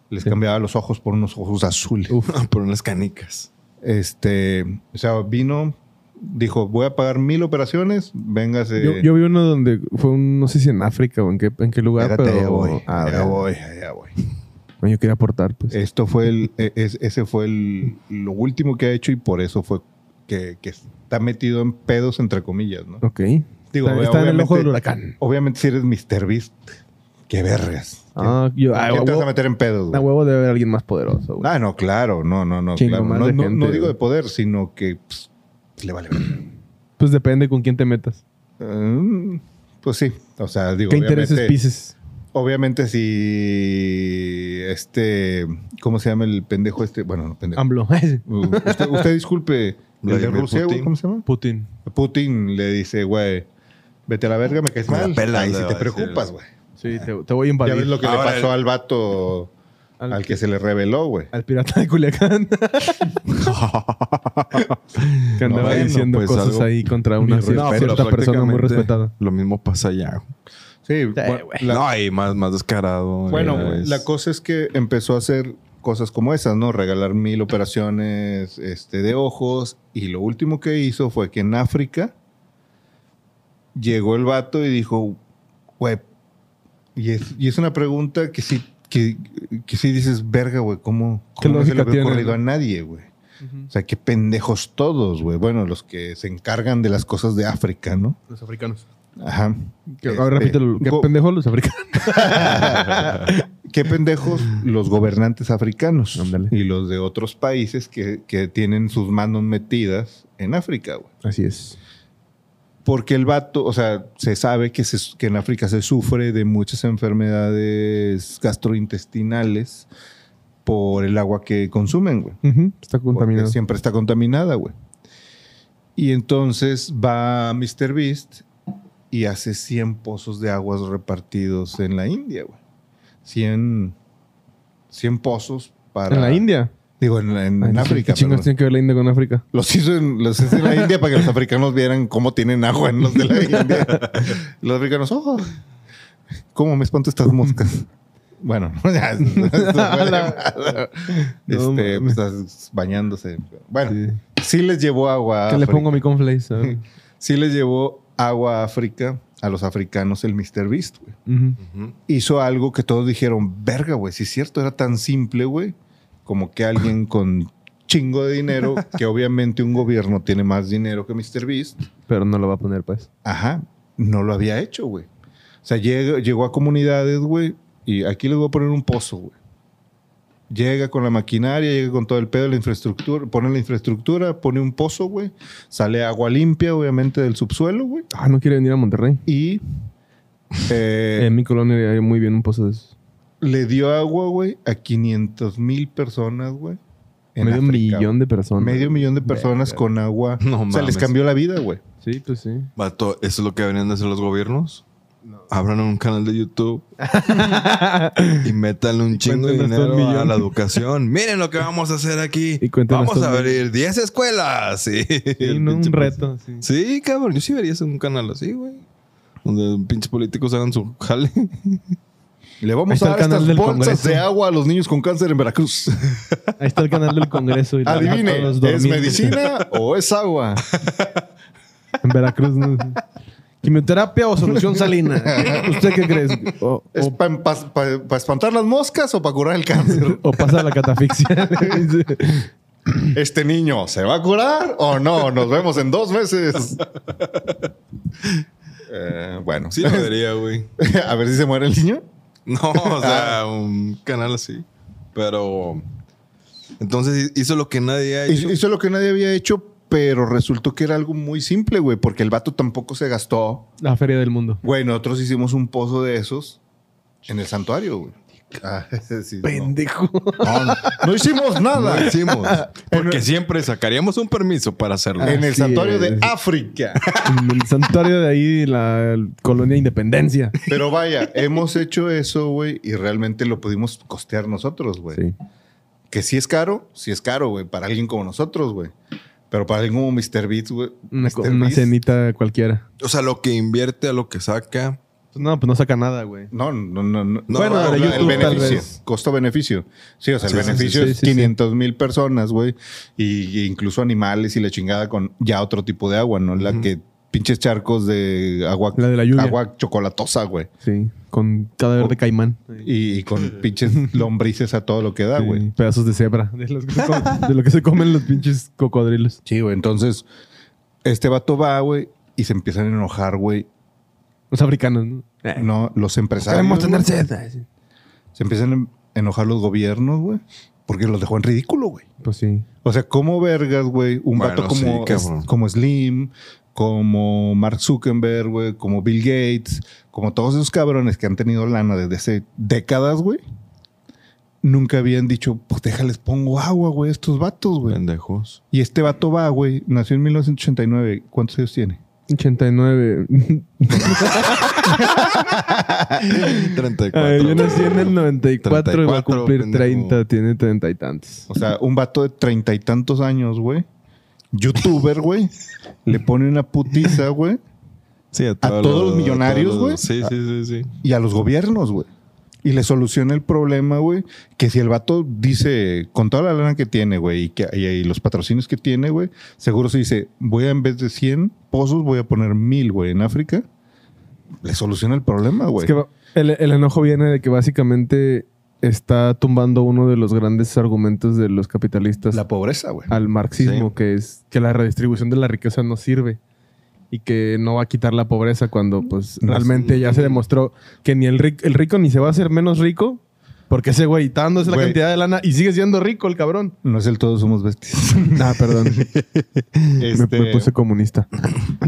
Les
Sí.
cambiaba los ojos por unos ojos azules.
Por unas canicas.
Este, o sea, vino, dijo, voy a pagar mil operaciones, véngase.
Yo, yo vi uno donde fue un, no sé si en África o en qué, en qué lugar,
Espérate,
pero.
ya voy,
Ah,
ya
bueno.
voy, ya voy.
Bueno, Yo quería aportar, pues.
Esto fue el, e- es- ese fue el, lo último que ha hecho y por eso fue que, que está metido en pedos, entre comillas, ¿no?
ok.
Digo,
está,
obvia-
está en el ojo del
obviamente-
huracán.
Obviamente si eres Mr. Beast, qué vergas.
Ah, yo. Ah,
¿Qué te vas a
huevo,
meter en pedos,
a
güey?
huevo debe haber alguien más poderoso. güey.
Ah, no, claro, no, no, no.
Chingo
claro.
más
No,
de
no-
gente,
no digo
güey.
de poder, sino que pues, le vale. verga.
Pues depende con quién te metas.
Mm, pues sí, o sea, digo,
¿Qué intereses
obviamente-
pises?
Obviamente, si este, ¿cómo se llama el pendejo este? Bueno, no, pendejo.
AMLO.
Uh, Usted, usted disculpe, el de
Vladimir
Rusia, güey,
Putin.
¿cómo se llama?
Putin.
Putin le dice, güey, vete a la verga, me caes
Me la
mal.
pela,
Ahí
le
sí
va
te
a decir.
preocupas, güey.
Sí, te, te voy a
Ya
invadir.
ves lo que
Ahora
le pasó
el-
al vato
al,
al que se le reveló, güey.
al pirata de Culiacán. que andaba
bueno,
diciendo
pues,
cosas
algo-
ahí contra una
No,
cierta,
pero
cierta persona muy
prácticamente
respetada.
Lo mismo pasa allá.
Sí, bueno,
güey.
la-
No, y más, más descarado.
Bueno,
eh, es-
la cosa es que empezó a hacer cosas como esas, ¿no? Regalar mil operaciones este, de ojos. Y lo último que hizo fue que en África llegó el vato y dijo, güey, y es, y es una pregunta que sí, que, que sí dices, verga, güey, ¿cómo,
¿Qué
cómo no se le
lógica
había
tiene,
ocurrido
no?
a nadie, güey? O sea, qué pendejos todos, güey. Bueno, los que se encargan de las cosas de África, ¿no?
Los africanos.
Ajá.
A ver,
Este,
repítelo. ¿Qué
co-
pendejo los africanos?
qué pendejos los gobernantes africanos
Ándale.
y los de otros países que, que tienen sus manos metidas en África, güey.
Así es.
Porque el vato, o sea, se sabe que, se- que en África se sufre de muchas enfermedades gastrointestinales por el agua que consumen, güey.
Ujú, Está
Porque
contaminado.
Siempre está contaminada, güey. Y entonces va Mr. Beast y hace 100 pozos de aguas repartidos en la India, güey. 100, 100 pozos para...
¿En la India?
Digo, en, la- en
Ay, no sé,
África.
¿Qué chingos
perdón.
tiene que ver la India con África?
Los hizo, en, los hizo en la India para que los africanos vieran cómo tienen agua en los de la India. los africanos, oh, ¿cómo me espanto estas moscas? Bueno, ya, esto fue de mala.
No
este,
mames.
pues, bañándose. Bueno,
Sí.
sí les llevó agua. a
¿Qué le
África.
pongo a mi conflace? A ver.
Sí les llevó agua a África, a los africanos, el Mr. Beast, güey.
Ujú.
Ujú.
Hizo algo que todos dijeron, verga, güey, si es cierto, era tan simple, güey, como que alguien con chingo de dinero, que obviamente un gobierno tiene más dinero que Mr. Beast,
Pero no lo va a poner, pues.
ajá, no lo había hecho, güey. sea, llega- llegó a comunidades, güey, y aquí les voy a poner un pozo, güey. Llega con la maquinaria, llega con todo el pedo, la infraestructura, pone la infraestructura, pone un pozo, güey. Sale agua limpia, obviamente, del subsuelo, güey.
Ah, no quiere venir a Monterrey.
Y eh,
en mi colonia hay muy bien un pozo de esos.
le dio agua, güey, a 500 mil personas, güey. en
Medio
África,
millón de personas.
güey. Medio millón de personas
Verga.
con agua.
No
o sea, les
mames.
cambió la vida, güey.
Sí, pues sí.
Vato, ¿eso es lo que deberían de hacer los gobiernos? Abran un canal de YouTube y métanle un chingo de
cuéntenos todo el
dinero a
millón.
la educación. Miren lo que vamos a hacer aquí.
Y cuéntenos
Vamos a
todo el
abrir 10 escuelas. Sí,
Sí,
El
no, un
pinche
reto. Sí.
Sí, cabrón, yo sí vería hacer un canal así, güey. Donde pinches políticos hagan su jale.
Le
Ahí
vamos
está
a
el
dar
canal
estas
del
bolsas
Congreso.
de agua a los niños con cáncer en Veracruz.
Ahí está el canal del Congreso. Y la-
Adivine,
todos
¿es
dormidos.
medicina o es agua?
En Veracruz, ¿no? ¿Quimioterapia o solución salina? ¿Usted qué crees? O,
¿Es
o-
para espantar las moscas o para curar el cáncer?
o pasa la catafixia.
¿Este niño se va a curar o no? Nos vemos en dos meses. Eh, bueno,
Sí, lo vería, güey.
a ver si se muere el niño.
No, o sea, un canal así. Pero. Entonces hizo lo que nadie ha hecho.
Hizo, hizo lo que nadie había hecho, pero resultó que era algo muy simple, güey, porque el vato tampoco se gastó.
la feria del mundo.
Güey, nosotros hicimos un pozo de esos en el santuario, güey. Ah, sí, no.
Pendejo.
No, no. No hicimos nada.
Lo hicimos.
En-
Porque siempre sacaríamos un permiso para hacerlo.
En el
Así
santuario de
es.
África.
En el santuario de ahí, la colonia Independencia.
Pero vaya, hemos hecho eso, güey, y realmente lo pudimos costear nosotros, güey.
Sí.
Que sí es caro, sí es caro, güey, para alguien como nosotros, güey. Pero para alguien como Mr. Beats, güey.
Una,
Mr.
co- una
Beast,
cenita cualquiera.
O sea, lo que invierte a lo que saca.
Pues no, pues no saca nada, güey.
No, no, no. no.
No,
bueno,
para
el
YouTube, tal
beneficio.
vez.
Costo-beneficio. Sí, o sea,
Sí,
el
sí,
beneficio
sí,
es
sí, sí.
500 mil personas, güey. Y, y incluso animales y la chingada con ya otro tipo de agua, ¿no? La
Ujú.
que pinches charcos de agua,
La de la lluvia.
agua chocolatosa, güey.
Sí. Con cadáver de caimán.
Y, y con pinches lombrices a todo lo que da,
Sí,
Ah, güey.
Pedazos de cebra. De, los que se comen- de lo que se comen los pinches cocodrilos.
Sí, güey. Entonces, este vato va, güey, y se empiezan a enojar, güey.
Los africanos, ¿no?
No, los empresarios. güey.
sed.
Se empiezan a enojar los gobiernos, güey. Porque los dejó en ridículo, güey.
Pues sí.
O sea, ¿cómo vergas, güey? Un
Bueno,
vato como,
sí, cabrón.
es- como Slim, como Mark Zuckerberg, güey, como Bill Gates, como todos esos cabrones que han tenido lana desde hace décadas, güey. Nunca habían dicho, pues déjales, pongo agua, güey, a estos vatos, güey.
Pendejos.
Y este vato va, güey, nació en 1989. ¿Cuántos años tiene?
89.
34.
A ver, yo nací en el 94 y va a
34,
cumplir
pendejo.
30. Tiene 30 y tantos.
O sea, un vato de treinta y tantos años, güey. Youtuber, güey. le pone una putiza, güey.
Sí, a,
todos los millonarios,
a todos
güey.
los- Sí, sí, sí, sí.
Y a los gobiernos, güey. Y le soluciona el problema, güey. Que si el vato dice, con toda la lana que tiene, güey, y, que- y- y los patrocinios que tiene, güey, seguro se dice, voy a en vez de 100 pozos, voy a poner 1000, güey, en África. Le soluciona el problema, güey.
Es que va- el, el enojo viene de que básicamente está tumbando uno de los grandes argumentos de los capitalistas
la pobreza, güey.
al marxismo, que es que la redistribución de la riqueza no sirve y que no va a quitar la pobreza cuando pues
No,
realmente
sí.
ya se demostró que ni el, ric- el rico ni se va a hacer menos rico porque ese güey está dándose la
Güey.
cantidad de lana y sigue siendo rico el cabrón.
No es el todo somos bestias.
Ah, perdón. Me-
Este,
me, puse comunista.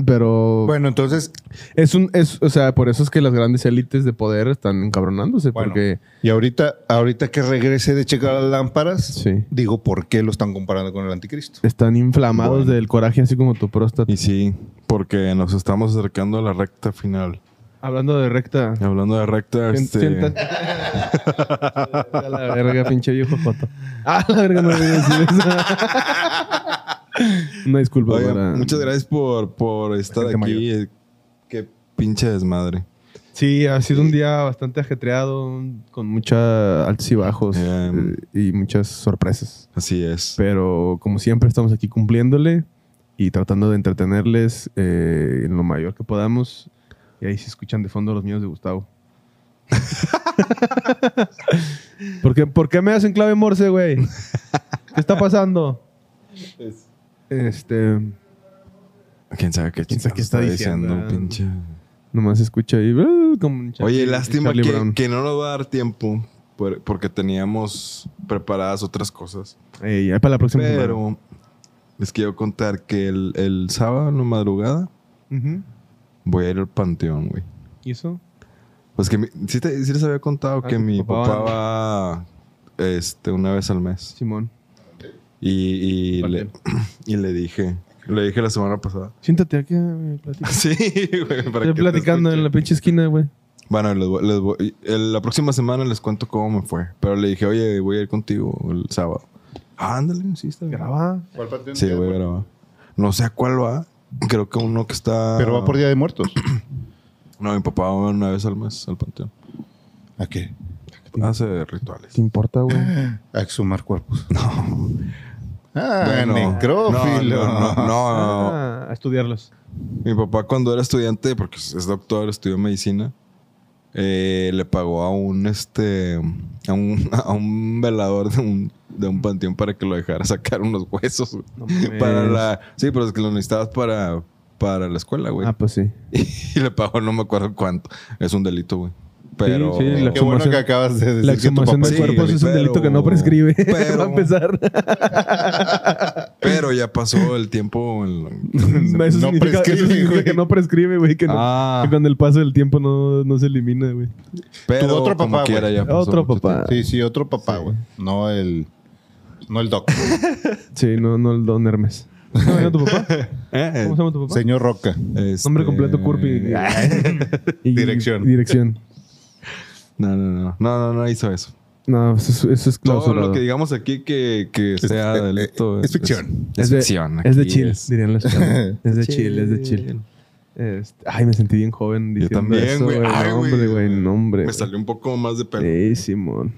Pero
Bueno, entonces,
es un es o sea, por eso es que las grandes élites de poder están encabronándose
Bueno.
porque
Y ahorita, ahorita que regrese de checar las lámparas,
Sí.
digo por qué lo están comparando con el anticristo.
están inflamados
Bueno.
del coraje así como tu próstata.
Y sí, porque nos estamos acercando a la recta final.
Hablando de recta.
Y hablando de recta, este,
Siéntate. A la verga, pinche viejo joto. A la verga, no voy a decir eso. Una disculpa.
oigan,
para-
muchas gracias por, por estar
Gente
aquí.
mayor.
Eh, Qué pinche desmadre.
Sí, ha sido un día bastante ajetreado, con muchos altos y bajos
Em.
eh, y muchas sorpresas.
Así es.
Pero como siempre, estamos aquí cumpliéndole y tratando de entretenerles eh, en lo mayor que podamos. Y ahí se escuchan de fondo los míos de Gustavo. ¿Por, qué, por qué me hacen clave morse, güey? ¿Qué está pasando? Este.
¿Quién sabe qué
¿Quién sabe qué
chingados
está diciendo?
pinche?
Nomás escucha ahí. "Uh", como un Charlie-
Oye, lástima
Charlie
que,
Brown.
que no nos va a dar tiempo por- porque teníamos preparadas otras cosas.
Ey, ahí para la próxima semana.
Pero les quiero contar que el, el sábado en la madrugada
Ujú.
voy a ir al panteón, güey.
¿Y eso?
Pues que mi- sí, te- sí les había contado
Ah,
que
tu
mi
papá
papá
va-
va este, una vez al mes.
Simón.
Y, y, le, y le dije, le dije la semana pasada.
Siéntate aquí, güey. platica.
Sí, güey, para
Estoy
que te
platicando en la
escuche.
pinche esquina, güey.
Bueno, les voy- les voy- el- la próxima semana les cuento cómo me fue. Pero le dije, oye, voy a ir contigo el sábado. Ah, ándale, sí, está bien.
Graba.
¿Cuál panteón?
Sí, voy a grabar. No sé a cuál va. Creo que uno que está.
Pero va por Día de Muertos.
No, mi papá va una vez al mes al panteón.
¿A qué?
Hace rituales.
¿Te importa, güey?
Ah. A exhumar cuerpos.
No.
Ah,
Bueno,
necrófilo.
No, no, no, no.
Ah, a estudiarlos.
Mi papá cuando era estudiante, porque es doctor, estudió medicina, eh, le pagó a un este a un, a un velador de un, de un panteón para que lo dejara sacar unos huesos. güey.
No mames.
Para la. Sí, pero es que lo necesitabas para, para la escuela, güey.
Ah, pues sí.
Y le pagó no me acuerdo cuánto. Es un delito, güey. Pero.
sí, la-
Qué bueno que acabas de decir
La
que tu
exhumación
papá
de
sí,
cuerpos es un
pero-
delito que no prescribe.
pero-
Va a empezar.
Pero ya pasó el tiempo. en-
Eso
No
significa,
prescribe,
eso significa
güey.
que no prescribe, güey. Que, no-
Ah.
que con el paso del tiempo no, no se elimina, güey.
pero
Tu otro
como
papá,
quiera,
güey.
ya pasó
Otro
mucho
papá.
Sí, sí, otro papá, güey. No el. No el doc.
Sí, no, no el don Hermes. ¿Cómo se llama tu papá?
tiempo. Eh,
¿Cómo se llama tu papá?
Señor Roca.
este-
Nombre completo, Curpi. Y-
Dirección.
y Dirección.
No, no, no. No, no, no hizo eso.
No, eso, es- eso es
Todo
clausurado.
lo que digamos aquí que, que sea
eh,
delito.
eh, es ficción.
Es,
Es de-
ficción.
es de
aquí
chill,
es-
dirían los chavos. Es de chill, es de chill. Este, ay, me sentí bien joven
Yo
diciendo
también,
eso,
güey.
güey.
Ay,
No, hombre, güey, no, hombre.
Me
güey.
salió un poco más de pelo.
Sí, Simón.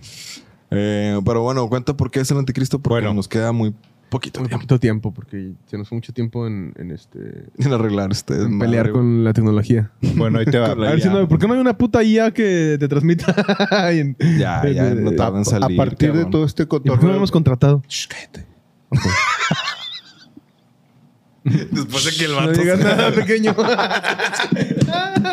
Eh, pero bueno, cuenta por qué es el anticristo. Porque
Bueno.
nos queda muy poquito
Muy
tiempo
poquito tiempo, porque se nos fue mucho tiempo en, en este.
en arreglar este.
en
desmadre,
pelear
güey.
con la tecnología.
Bueno, ahí te va.
Con la
A ver si
IA.
no, ¿por qué no hay una puta IA que te transmita? Y en-
Ya, ya, no tardan en
A
salir.
partir de
cabrón.
todo este
¿Y por qué no lo
cotorreo.
hemos contratado?
Después de que el
No
vato.
digas nada, pequeño.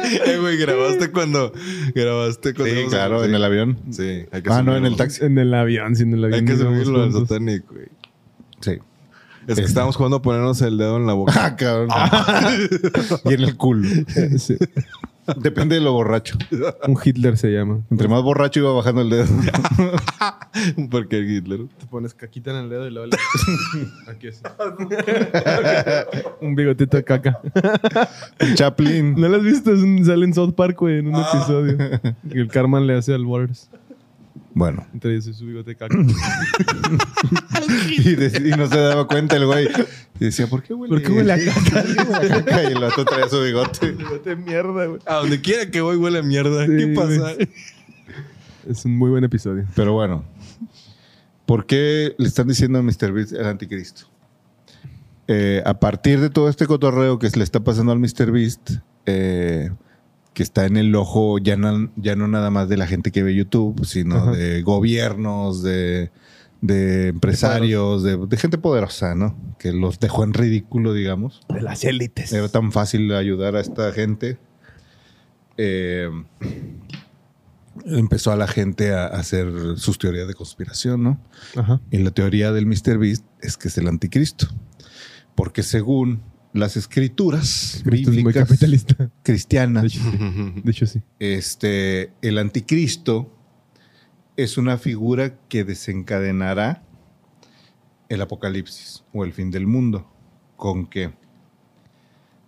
Eh, güey, grabaste cuando. Grabaste cuando.
Sí,
íbamos a-
claro, en el avión.
Sí, hay que
Ah, no, en el
subirlo.
taxi.
en el avión, sí, en el avión.
Hay que
íbamos
subirlo al
juntos.
Satanic, güey.
Sí.
Es que
Eh.
estábamos jugando a ponernos el dedo en la boca.
Ah, cabrón. y en el culo.
Sí.
Depende de lo borracho.
Un Hitler se llama.
Entre más borracho iba bajando el dedo.
Porque el Hitler.
Te pones caquita en el dedo y luego le... Aquí así. un bigotito de caca.
Chaplin.
¿No lo has visto? Es un, sale en South Park, güey, en un episodio. Que el Carman le hace al Waters.
Bueno.
Entre eso y su bigote de caca.
Y, de- y no se daba cuenta el güey. Y decía, ¿por qué huele?
¿Por qué huele a caca?
a caca? Y el otro traía su bigote.
bigote de mierda, güey.
A donde quiera que voy huele a mierda.
Sí,
¿Qué pasa?
güey. Es un muy buen episodio.
Pero bueno. ¿Por qué le están diciendo a Mr. Beast el anticristo? Eh, a partir de todo este cotorreo que se le está pasando al Mr. Beast, eh, que está en el ojo ya no, ya no nada más de la gente que ve YouTube, sino
Ajá.
de gobiernos, de, de empresarios, de, de gente poderosa, ¿no? Que los dejó en ridículo, digamos.
De las élites.
Era tan fácil ayudar a esta gente. Eh, empezó a la gente a hacer sus teorías de conspiración, ¿no?
Ajá.
Y la teoría del Mr. Beast es que es el anticristo. Porque según las escrituras
Cristo es muy
bíblicas
capitalista. De
cristianas,
hecho, sí. De hecho, sí.
este, el anticristo es una figura que desencadenará el apocalipsis o el fin del mundo. ¿Con qué?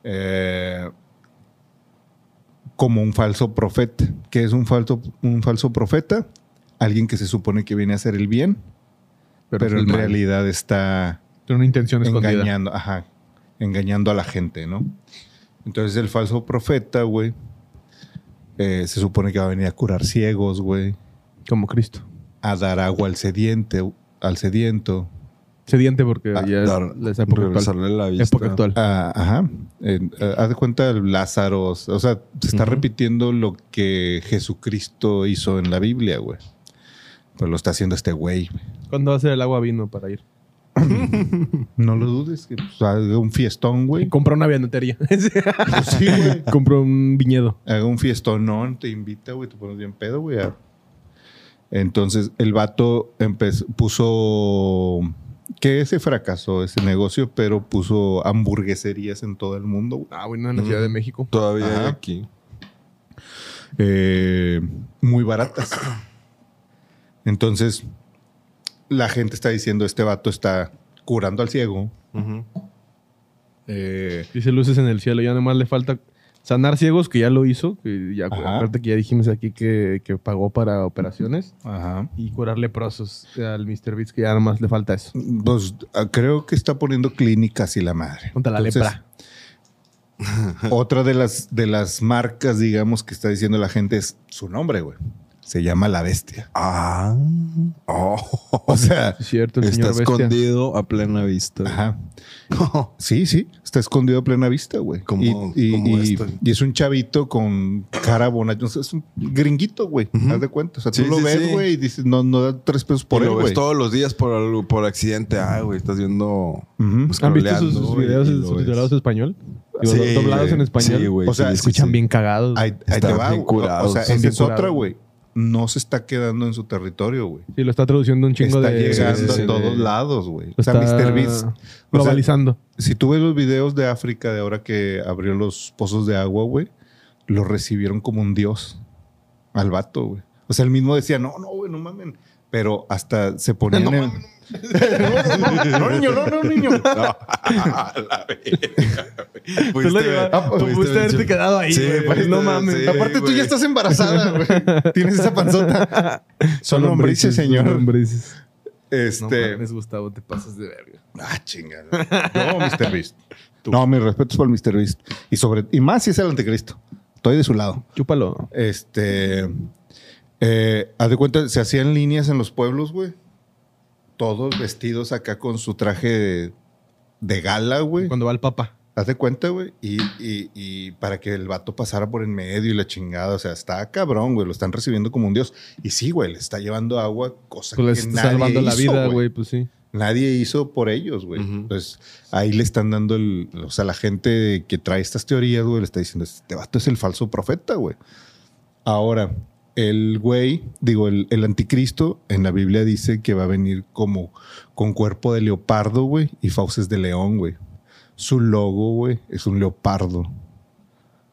Eh, como un falso profeta. ¿Qué es un falso, un falso profeta? Alguien que se supone que viene a hacer el bien, pero,
es
en
mal.
realidad está
Tiene una intención escondida.
engañando, ajá, engañando a la gente, ¿no? Entonces el falso profeta, güey, eh, se supone que va a venir a curar ciegos, güey,
Como Cristo.
a dar agua al sediente, al sediento,
Sediente porque
Ah,
ya es
Dar-
la época actual.
regresarle la vista.
Época actual.
a- Ah, ajá, en- a- haz de cuenta el Lázaro, o sea, se está
Ujú.
repitiendo lo que Jesucristo hizo en la Biblia, güey. Pero lo está haciendo este güey. güey.
¿Cuándo va a ser el agua vino para ir?
No lo dudes, que pues, haga un fiestón, güey.
Compró una vianetería.
Pues sí, güey.
Compró un viñedo.
Haga un fiestonón, te invita, güey, te pones bien pedo, güey. a- Entonces el vato empezó, puso que ese fracasó ese negocio, pero puso hamburgueserías en todo el mundo, güey.
Ah, bueno, en la Ciudad de México.
Todavía
Ajá.
aquí.
eh, muy baratas. Entonces, la gente está diciendo, este vato está curando al ciego. Eh,
Dice luces en el cielo. Ya nomás le falta sanar ciegos, que ya lo hizo. Que ya,
Ajá.
acuérdate que ya dijimos aquí que, que pagó para operaciones.
ajá.
Y curar leprosos eh, al Mr. Beats, que ya nomás le falta eso.
Pues, ah, creo que está poniendo clínicas y la madre.
Contra la
Entonces,
lepra.
Otra de las, de las marcas, digamos, que está diciendo la gente es su nombre, güey. Se llama La Bestia.
Ah. Oh.
O sea,
Sí, Es cierto, el
Está
señor Bestia.
escondido a plena vista.
ajá. Sí, sí, está escondido a plena vista, güey.
Como-
y, y-
como
y-
esto.
y es un chavito con cara bonita. O sea, es un gringuito, güey. Haz de cuenta. O sea, tú
Sí,
lo
sí,
ves,
sí.
güey, y dices, no, no da tres pesos por
Por
él,
lo ves
güey.
todos los días por algo, por accidente. Ah, güey, estás viendo.
Ujú.
Pues,
¿Han visto
scrolleando
sus, sus
y-
videos
y lo
subtitulados
ves.
en español? Digo,
Sí,
doblados en español.
Sí, güey.
O sea,
sí, sí,
Escuchan
sí.
bien cagados.
Ahí, ahí te
Están
va, güey.
bien
O
curados,
sea,
están
esa
bien
es otra,
curados.
güey. No se está quedando en su territorio, güey.
Sí, lo está traduciendo un chingo
Está
de...
llegando
sí, sí,
a
sí.
todos
de-
lados, güey.
lo
O sea,
está
Mr. Beast. O sea,
Globalizando.
si tú ves los videos de África de ahora que abrió los pozos de agua, güey, lo recibieron como un dios al vato, güey. O sea, él mismo decía, no, no, güey, no mamen. Pero hasta se ponían en...
No, niño, no, no, niño.
Ah, la verga,
Tú lo
güey. Pudiste
llevas-
ver-
tú
pudiste
pudiste
ver-
haberte quedado ahí,
Sí,
güey.
pudiste
no
ver-
mames.
sí.
Aparte, tú
güey.
ya estás embarazada, güey. Tienes esa panzota. Son lombrices,
Son
señor.
lombrices. No
Este...
mames, Gustavo, te pasas de verga.
ah, chingada. No, Mr. Beast. No, mis respetos para el Mr. Beast. Y, sobre... y más si es el anticristo. Estoy de su lado.
Chúpalo.
Este. eh, haz de cuenta, se hacían líneas en los pueblos, güey. Todos vestidos acá con su traje de, de gala, güey.
Cuando va el papá.
Haz de cuenta, güey. Y, y- y para que el vato pasara por en medio y la chingada. O sea, está cabrón, güey. Lo están recibiendo como un dios. Y sí, güey, le está llevando agua, cosa
Pues les
que
está
nadie
salvando la
hizo,
vida, güey. Pues sí.
Nadie hizo por ellos, güey.
Ujú.
Entonces, ahí le están dando el. O sea, la gente que trae estas teorías, güey, le está diciendo: Este vato es el falso profeta, güey. Ahora, el güey, digo, el, el anticristo en la Biblia dice que va a venir como con cuerpo de leopardo, güey, y fauces de león, güey. Su logo, güey, es un leopardo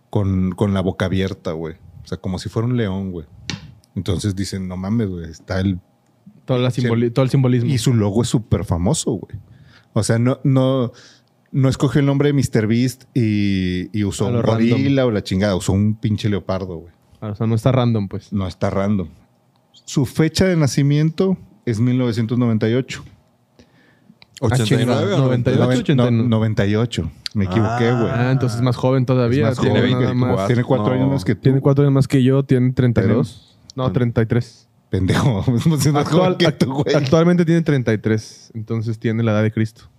con, con la boca abierta, güey. O sea, como si fuera un león, güey. Entonces dicen: No mames, güey, está el
Toda la simboli- Todo el simbolismo.
y su logo es súper famoso, güey. O sea, no, no, no escogió el nombre de Mr. Beast y, y usó
A lo
un
random.
gorila o la chingada, usó un pinche leopardo, güey.
Ah, O sea, no está random, pues.
No está random. Su fecha de nacimiento es 1998.
Ah,
89 o
98.
99.
89.
No, 98. Me equivoqué, güey.
Ah, entonces es más joven todavía.
Es más
tiene
joven,
nada
güey.
más.
Tiene cuatro
No.
años más que tú.
Tiene cuatro años más que yo. Tiene 32. No, 33.
Pendejo. Es más joven
Actual-
que tú, güey.
actualmente tiene 33. Entonces tiene la edad de Cristo.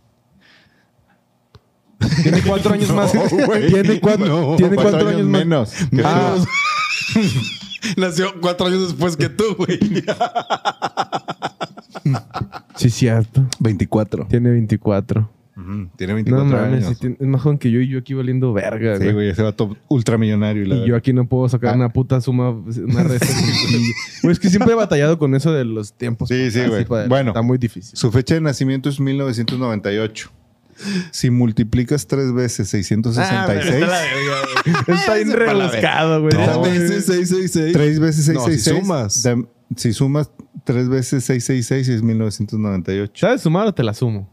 Tiene cuatro años más. tiene cuatro,
No,
tiene cuatro, años, más.
menos.
Ah,
Nació cuatro años después que tú, güey.
sí, cierto.
24.
Tiene 24.
Ujú, Tiene
No
24
mames,
años.
sí tiene- es más joven que yo y yo aquí valiendo verga,
Sí,
güey.
güey, ese vato ultramillonario. Y, la
Y yo aquí no puedo sacar
Ah.
una puta suma, una resta. Y- Güey, es que siempre he batallado con eso de los tiempos.
Sí, sí,
Así
güey.
para-
Bueno.
Está muy difícil.
Su fecha de nacimiento es 1998. Si multiplicas tres
Ah,
veces 666,
Está bien rebuscado, güey.
Tres
Está muy-
veces, seis, seis, seis.
tres veces
No, si
666.
sumas.
da- si sumas tres veces 666 es 1998.
¿Sabes sumar o te la sumo?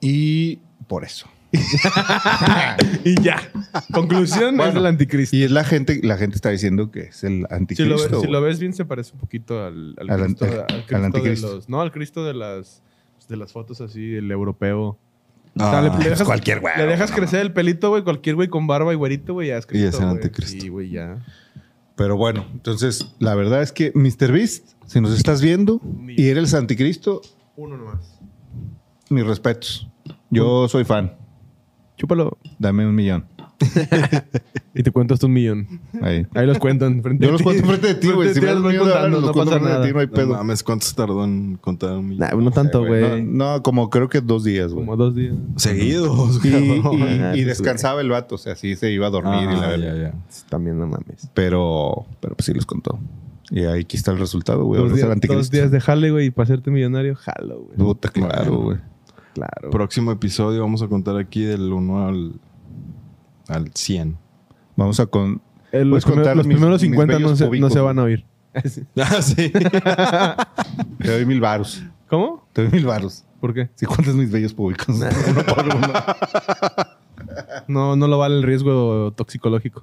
Y por eso.
Y ya. Conclusión es el anticristo.
Y es la gente, la gente está diciendo que es el
Si lo,
anticristo.
ves, si
güey.
lo ves bien, se parece un poquito al, al,
Al an-
Cristo,
al-
al
al
Cristo
anticristo.
de los... No, al Cristo de las, de las fotos así, el europeo.
Ah,
O sea, le, le dejas,
cualquier güey,
Le dejas
no,
crecer el pelito, güey. Cualquier güey con barba y güerito, güey, ya es Cristo,
es el
güey.
anticristo.
Sí, güey, ya.
Pero bueno, entonces la verdad es que Mr. Beast, si nos estás viendo y eres el anticristo,
Uno nomás.
mis respetos. Yo soy fan.
Chúpalo.
Dame un millón.
y te cuentas tú un millón.
Ahí.
Ahí los cuentan. frente
Yo
a
los
ti.
cuento frente de ti, güey. Si me
Frente a
das
ti, los
miedo
voy
de hablar,
contando,
los
no
cuento
pasa
frente de ti, no
nada.
hay
No
pedo.
mames, ¿cuántos tardó en contar un millón?
Nah, no tanto, güey.
No, no, como creo que dos días, güey.
Como Ah, dos días.
Seguidos,
Y, y-
cabrón.
y descansaba el vato, o sea, así se iba a dormir y la
Ah,
verdad.
ya, ya.
Pues También no mames.
Pero, pero pues sí los contó. Y ahí aquí está el resultado, güey.
Dos
Ahora es el
días, dos
anticristo.
días de jale, güey, y para hacerte millonario, jalo, güey.
Puta, claro, güey.
Claro.
Próximo episodio vamos a contar aquí del 1 al, al 100.
Vamos a con.
Eh,
Puedes
los
contar
primeros, los
mis- mis
primeros 50 no
bellos
se, no
cúbicos,
se van a oír.
Ah, sí.
Te doy mil varos.
¿Cómo?
Te doy mil varos.
¿Por qué?
Si cuentas mis bellos públicos. Uno por uno.
No, no lo vale el riesgo toxicológico.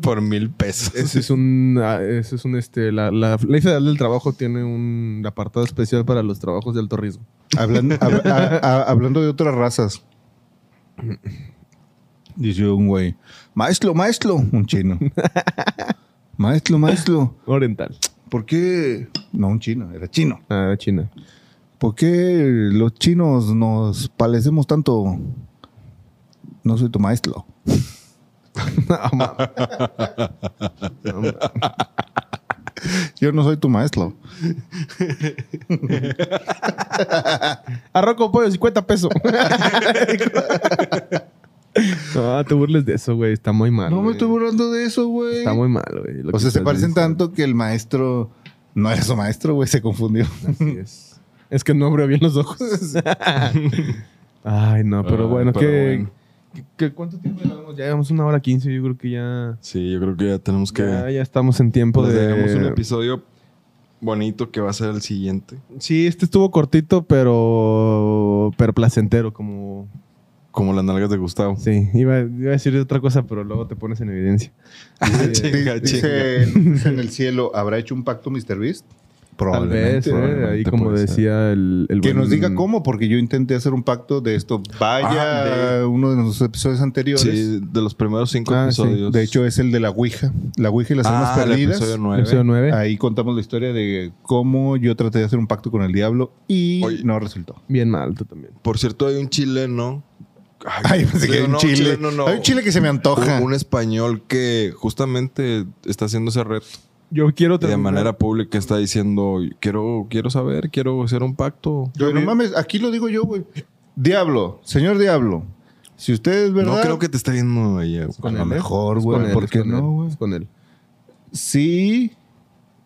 Por mil pesos.
Ese es un. ah, ese es un este, la, la Ley Federal del Trabajo tiene un apartado especial para los trabajos de alto riesgo.
Hablando, hab- a- a- hablando de otras razas. Dice un güey, maestro, maestro, un chino. Maestro, maestro,
Oriental.
¿por qué? No, un chino, era chino.
Ah, China.
¿Por qué los chinos nos palecemos tanto? No soy tu maestro. Yo no soy tu maestro.
Arroz con pollo, 50 pesos. no, te burles de eso, güey. Está muy mal.
No me
güey.
estoy burlando de eso, güey.
Está muy mal, güey. lo
O
que
sea, se
estás
parecen
diciendo.
tanto que el maestro no era su maestro, güey, se confundió.
Así es. Es que no abrió bien los ojos. Ay, no, pero
Ay,
bueno, que,
Ah, pero bueno.
que- que- ¿cuánto tiempo llevamos? Ya llevamos una hora quince, yo creo que ya,
Sí, yo creo que ya tenemos que...
ya, ya estamos en tiempo
les debemos un
de...
episodio bonito que va a ser el siguiente.
Sí, este estuvo cortito, pero, pero placentero, como...
Como las nalgas de Gustavo.
Sí, iba, iba a decir otra cosa, pero luego te pones en evidencia.
Chinga,
eh,
chinga.
Dice en el cielo, ¿habrá hecho un pacto Mr. Beast?
Tal vez,
Probablemente.
¿eh? ahí
probablemente
como
puede ser.
decía el, el
Que
buen-
nos diga cómo, porque yo intenté hacer un pacto de esto. Vaya
Mm. Ah,
uno de los episodios anteriores.
Sí, de los primeros cinco
Ah, sí.
episodios.
De hecho, es el de la Ouija. La Ouija y las almas
ah, el
perdidas.
episodio
el
nueve.
episodio 9.
Ahí contamos la historia de cómo yo traté de hacer un pacto con el diablo y
Oye.
no resultó.
Bien mal, tú también.
Por cierto, hay un chileno.
Ay, pensé que
digo,
hay un
no,
chile.
chileno no.
Hay un chile que se me antoja.
Un, un español que justamente está haciendo ese reto
Yo quiero...
y de
terminar-
manera pública está diciendo quiero quiero saber quiero hacer un pacto.
Yo, no mames, aquí lo digo yo, güey. Diablo, señor diablo. Si usted es verdad.
No creo que te esté viendo ella. güey.
pues, A
con
lo
él, ¿eh?
mejor,
Es con
güey.
él,
¿Por
es
qué
con él,
no, güey?
es con él.
Si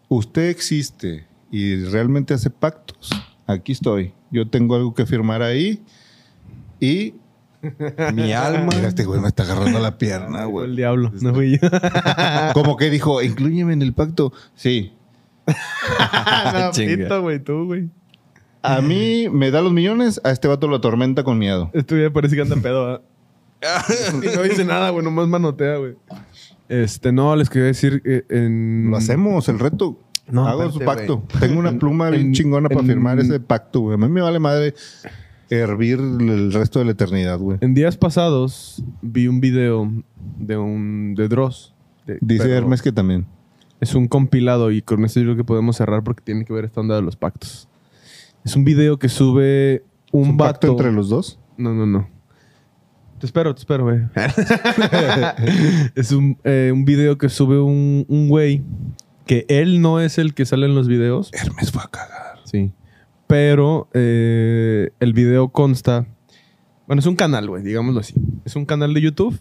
usted existe y realmente hace pactos, aquí estoy. Yo tengo algo que firmar ahí y.
Mi alma.
Mira, este güey me está agarrando la pierna,
Fue
Ah,
el
güey.
diablo, no fui yo.
Como que dijo, incluyeme en el pacto. Sí.
Ah,
Chinga.
pito, güey, tú, güey.
A mí me da los millones, a este vato lo atormenta con miedo.
Este güey parece que anda pedo, ¿verdad? y no dice nada, güey, nomás manotea, güey. Este, no, les quería decir eh, en...
Lo hacemos, el reto.
No,
Hago su
espérate,
pacto. Tengo una pluma bien
en-
chingona para
en-
firmar ese pacto, güey. A mí me vale madre hervir el resto de la eternidad, güey.
En días pasados vi un video de un... de Dross. De-
Dice
pero
Hermes que también.
Es un compilado y con eso yo creo que podemos cerrar porque tiene que ver esta onda de los pactos. Es un video que sube un,
¿Un pacto
vato...
entre los dos?
No, no, no. Te espero, te espero, güey. es un, eh, un video que sube un, un güey que él no es el que sale en los videos.
Hermes fue a cagar.
Sí. Pero eh, el video consta. Bueno, es un canal, güey, digámoslo así. Es un canal de YouTube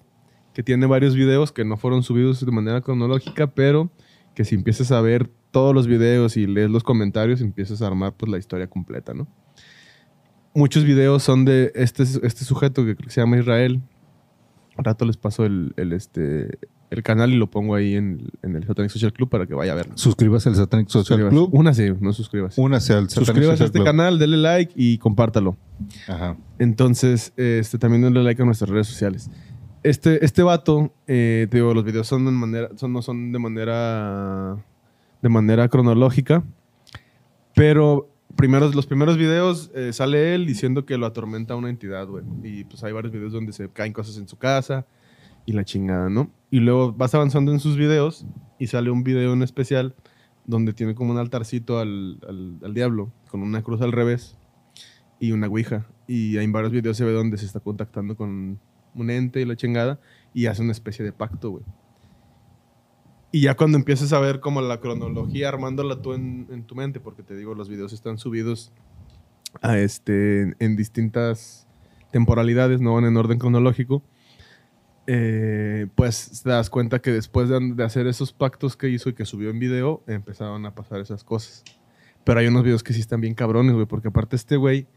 que tiene varios videos que no fueron subidos de manera cronológica, pero que si empiezas a ver todos los videos y lees los comentarios, empiezas a armar pues la historia completa, ¿no? Muchos videos son de este, este sujeto que creo que se llama Israel. Al rato les paso el, el, este, el canal y lo pongo ahí en, en el Satanic Social Club para que vaya a verlo.
Suscríbase al Satanic Social
Suscríbase.
Club.
Una sí, no suscribas.
Únase al Satanic
Suscríbase a
Social
este
Club.
canal, dele like y compártalo.
Ajá.
Entonces, este, también denle like a nuestras redes sociales. Este, este vato, eh, te digo, los videos son de manera, son, no son de manera, de manera cronológica, pero primeros, los primeros videos eh, sale él diciendo que lo atormenta una entidad, güey. Y pues hay varios videos donde se caen cosas en su casa y la chingada, ¿no? Y luego vas avanzando en sus videos y sale un video en especial donde tiene como un altarcito al, al- al diablo con una cruz al revés. y una ouija. Y hay varios videos se ve donde se está contactando con un ente y la chingada y hace una especie de pacto, güey. Y ya cuando empiezas a ver como la cronología, armándola tú en, en tu mente, porque te digo, los videos están subidos a este, en- en distintas temporalidades, no van en orden cronológico, eh, pues te das cuenta que después de, de hacer esos pactos que hizo y que subió en video, empezaron a pasar esas cosas. Pero hay unos videos que sí están bien cabrones, güey, porque aparte este güey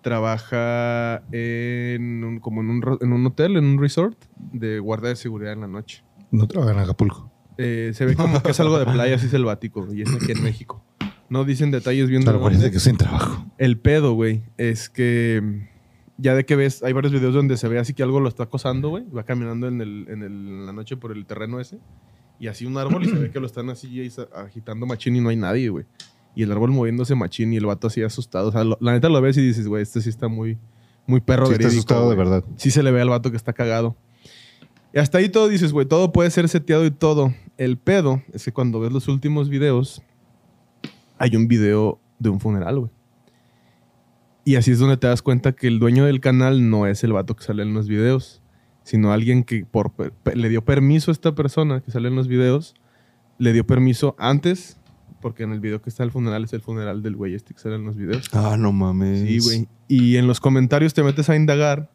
trabaja en un- como en un, ro- en un hotel, en un resort de guardia de seguridad en la noche.
No trabaja en Acapulco.
Eh, se ve como que es algo de playa así selvático, güey, y es aquí en México. No dicen detalles bien de
Pero
dónde.
parece que sin trabajo.
El pedo, güey, es que mm, ya de que ves, hay varios videos donde se ve así que algo lo está acosando, güey. Va caminando en, el- en el- en la noche por el terreno ese. Y así un árbol y se ve que lo están así ahí sa- agitando machín y no hay nadie, güey. Y el árbol moviéndose machín y el vato así asustado. O sea, lo- la neta lo ves y dices, güey, este sí está muy, muy perro
Sí, está
verídico,
asustado de
güey.
verdad.
Sí se le ve al vato que está cagado. Y hasta ahí todo dices, güey, todo puede ser seteado y todo. El pedo es que cuando ves los últimos videos, hay un video de un funeral, güey. Y así es donde te das cuenta que el dueño del canal no es el vato que sale en los videos, sino alguien que por, per- per- le dio permiso a esta persona que sale en los videos, le dio permiso antes, porque en el video que está el funeral es el funeral del güey este que sale en los videos.
Ah, no mames.
Sí, güey. Y en los comentarios te metes a indagar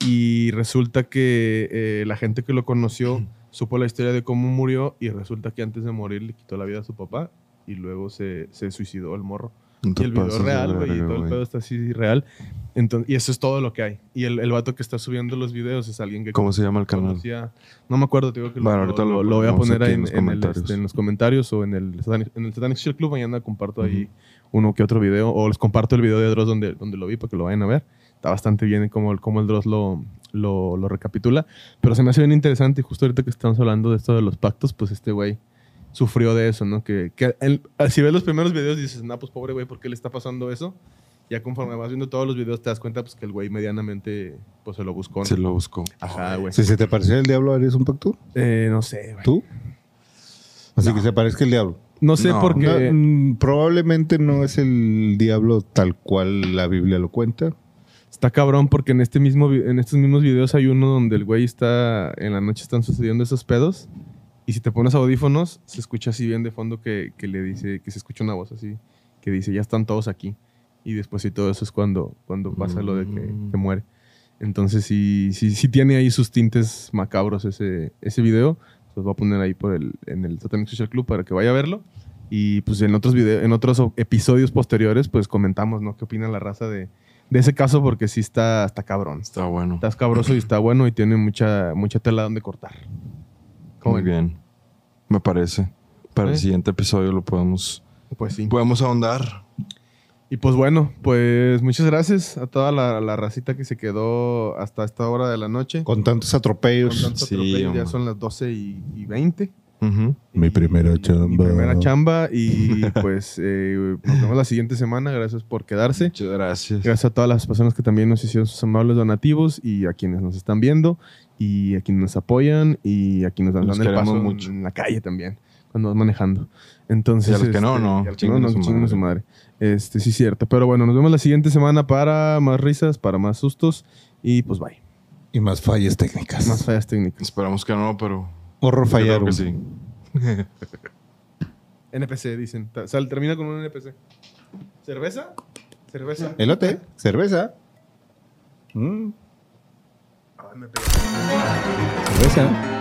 y resulta que eh, la gente que lo conoció supo la historia de cómo murió y resulta que antes de morir le quitó la vida a su papá y luego se, se suicidó el morro.
No
Y
te
el video es
pases de
real, güey, y
verga,
todo el
güey.
pedo este está así real. Entonces, y eso es todo lo que hay. Y el, el vato que está subiendo los videos es alguien que
¿Cómo se llama el canal?
conocía. No me acuerdo, te digo que lo-
Bueno,
lo,
ahorita lo
lo- lo voy a
ponemos
poner
aquí
ahí en,
en los
en el,
comentarios.
este, en los comentarios o en el Satanic, en el Satanic Shield Club. Mañana comparto ahí uno que otro video o les comparto el video de Dross donde, donde lo vi para que lo vayan a ver. Está bastante bien cómo, el- cómo el Dross lo, lo, lo recapitula. Pero se me hace bien interesante y justo ahorita que estamos hablando de esto de los pactos, pues este güey sufrió de eso, ¿no? Que, que él- si ves los primeros videos dices, nah, pues pobre güey, ¿por qué le está pasando eso? Ya conforme vas viendo todos los videos te das cuenta pues que el güey medianamente pues se lo buscó. ¿no?
Se lo buscó.
Ajá, güey.
Si se te pareciera el diablo, ¿harías un pacto?
Eh, no sé, güey.
¿Tú? Así que se parezca el diablo.
No sé
No,
por qué.
No, mm, probablemente no es el diablo tal cual la Biblia lo cuenta.
Está cabrón porque en, este mismo, vi- en estos mismos videos hay uno donde el güey está... En la noche están sucediendo esos pedos. Y si te pones audífonos, se escucha así bien de fondo que, que le dice... Que se escucha una voz así que dice, ya están todos aquí. Y después y todo eso es cuando, cuando pasa lo de que, que muere. Entonces sí, sí, sí tiene ahí sus tintes macabros ese, ese video. Los voy a poner ahí por el, en el Satanic Social Club para que vaya a verlo. Y pues en otros, video, en otros o- episodios posteriores, pues comentamos, ¿no? ¿Qué opina la raza de, de ese caso? Porque sí está, está cabrón.
Está bueno.
Está escabroso y está bueno y tiene mucha, mucha tela donde cortar. ¿Cómo
Muy
ven?
bien. Me parece. Para el
Sí.
siguiente episodio lo podemos...
Pues sí.
Podemos ahondar.
Y pues bueno, pues muchas gracias a toda la, la racita que se quedó hasta esta hora de la noche.
Con tantos
Con
atropellos.
tanto
Sí,
atropello, ya
hombre.
son las 12 y, y 20.
Ujú.
Mi
Y-
primera
Mi
chamba.
primera chamba. Y pues eh, nos vemos la siguiente semana. Gracias por quedarse.
Muchas gracias.
¿Ah, Gracias a todas las personas que también nos hicieron sus amables donativos y a quienes nos están viendo y a quienes nos apoyan y a quienes nos
Los
dan el
queremos
paso en-
mucho.
en la calle también cuando vas manejando. Entonces, este,
Y a los que no, no.
y a los que
Chinguen
no,
a su
no, chinguen a su
madre.
madre. Este, sí, cierto. Pero bueno, nos vemos la siguiente semana para más risas, para más sustos y pues bye.
Y más fallas técnicas.
Más fallas técnicas.
Esperamos que no, pero...
Horror
yo creo
fallaron.
que sí.
NPC, dicen. Ta- sal- termina con un NPC. ¿Cerveza? ¿Cerveza?
Elote, cerveza. Mm,
Ah, me pegó.
cerveza.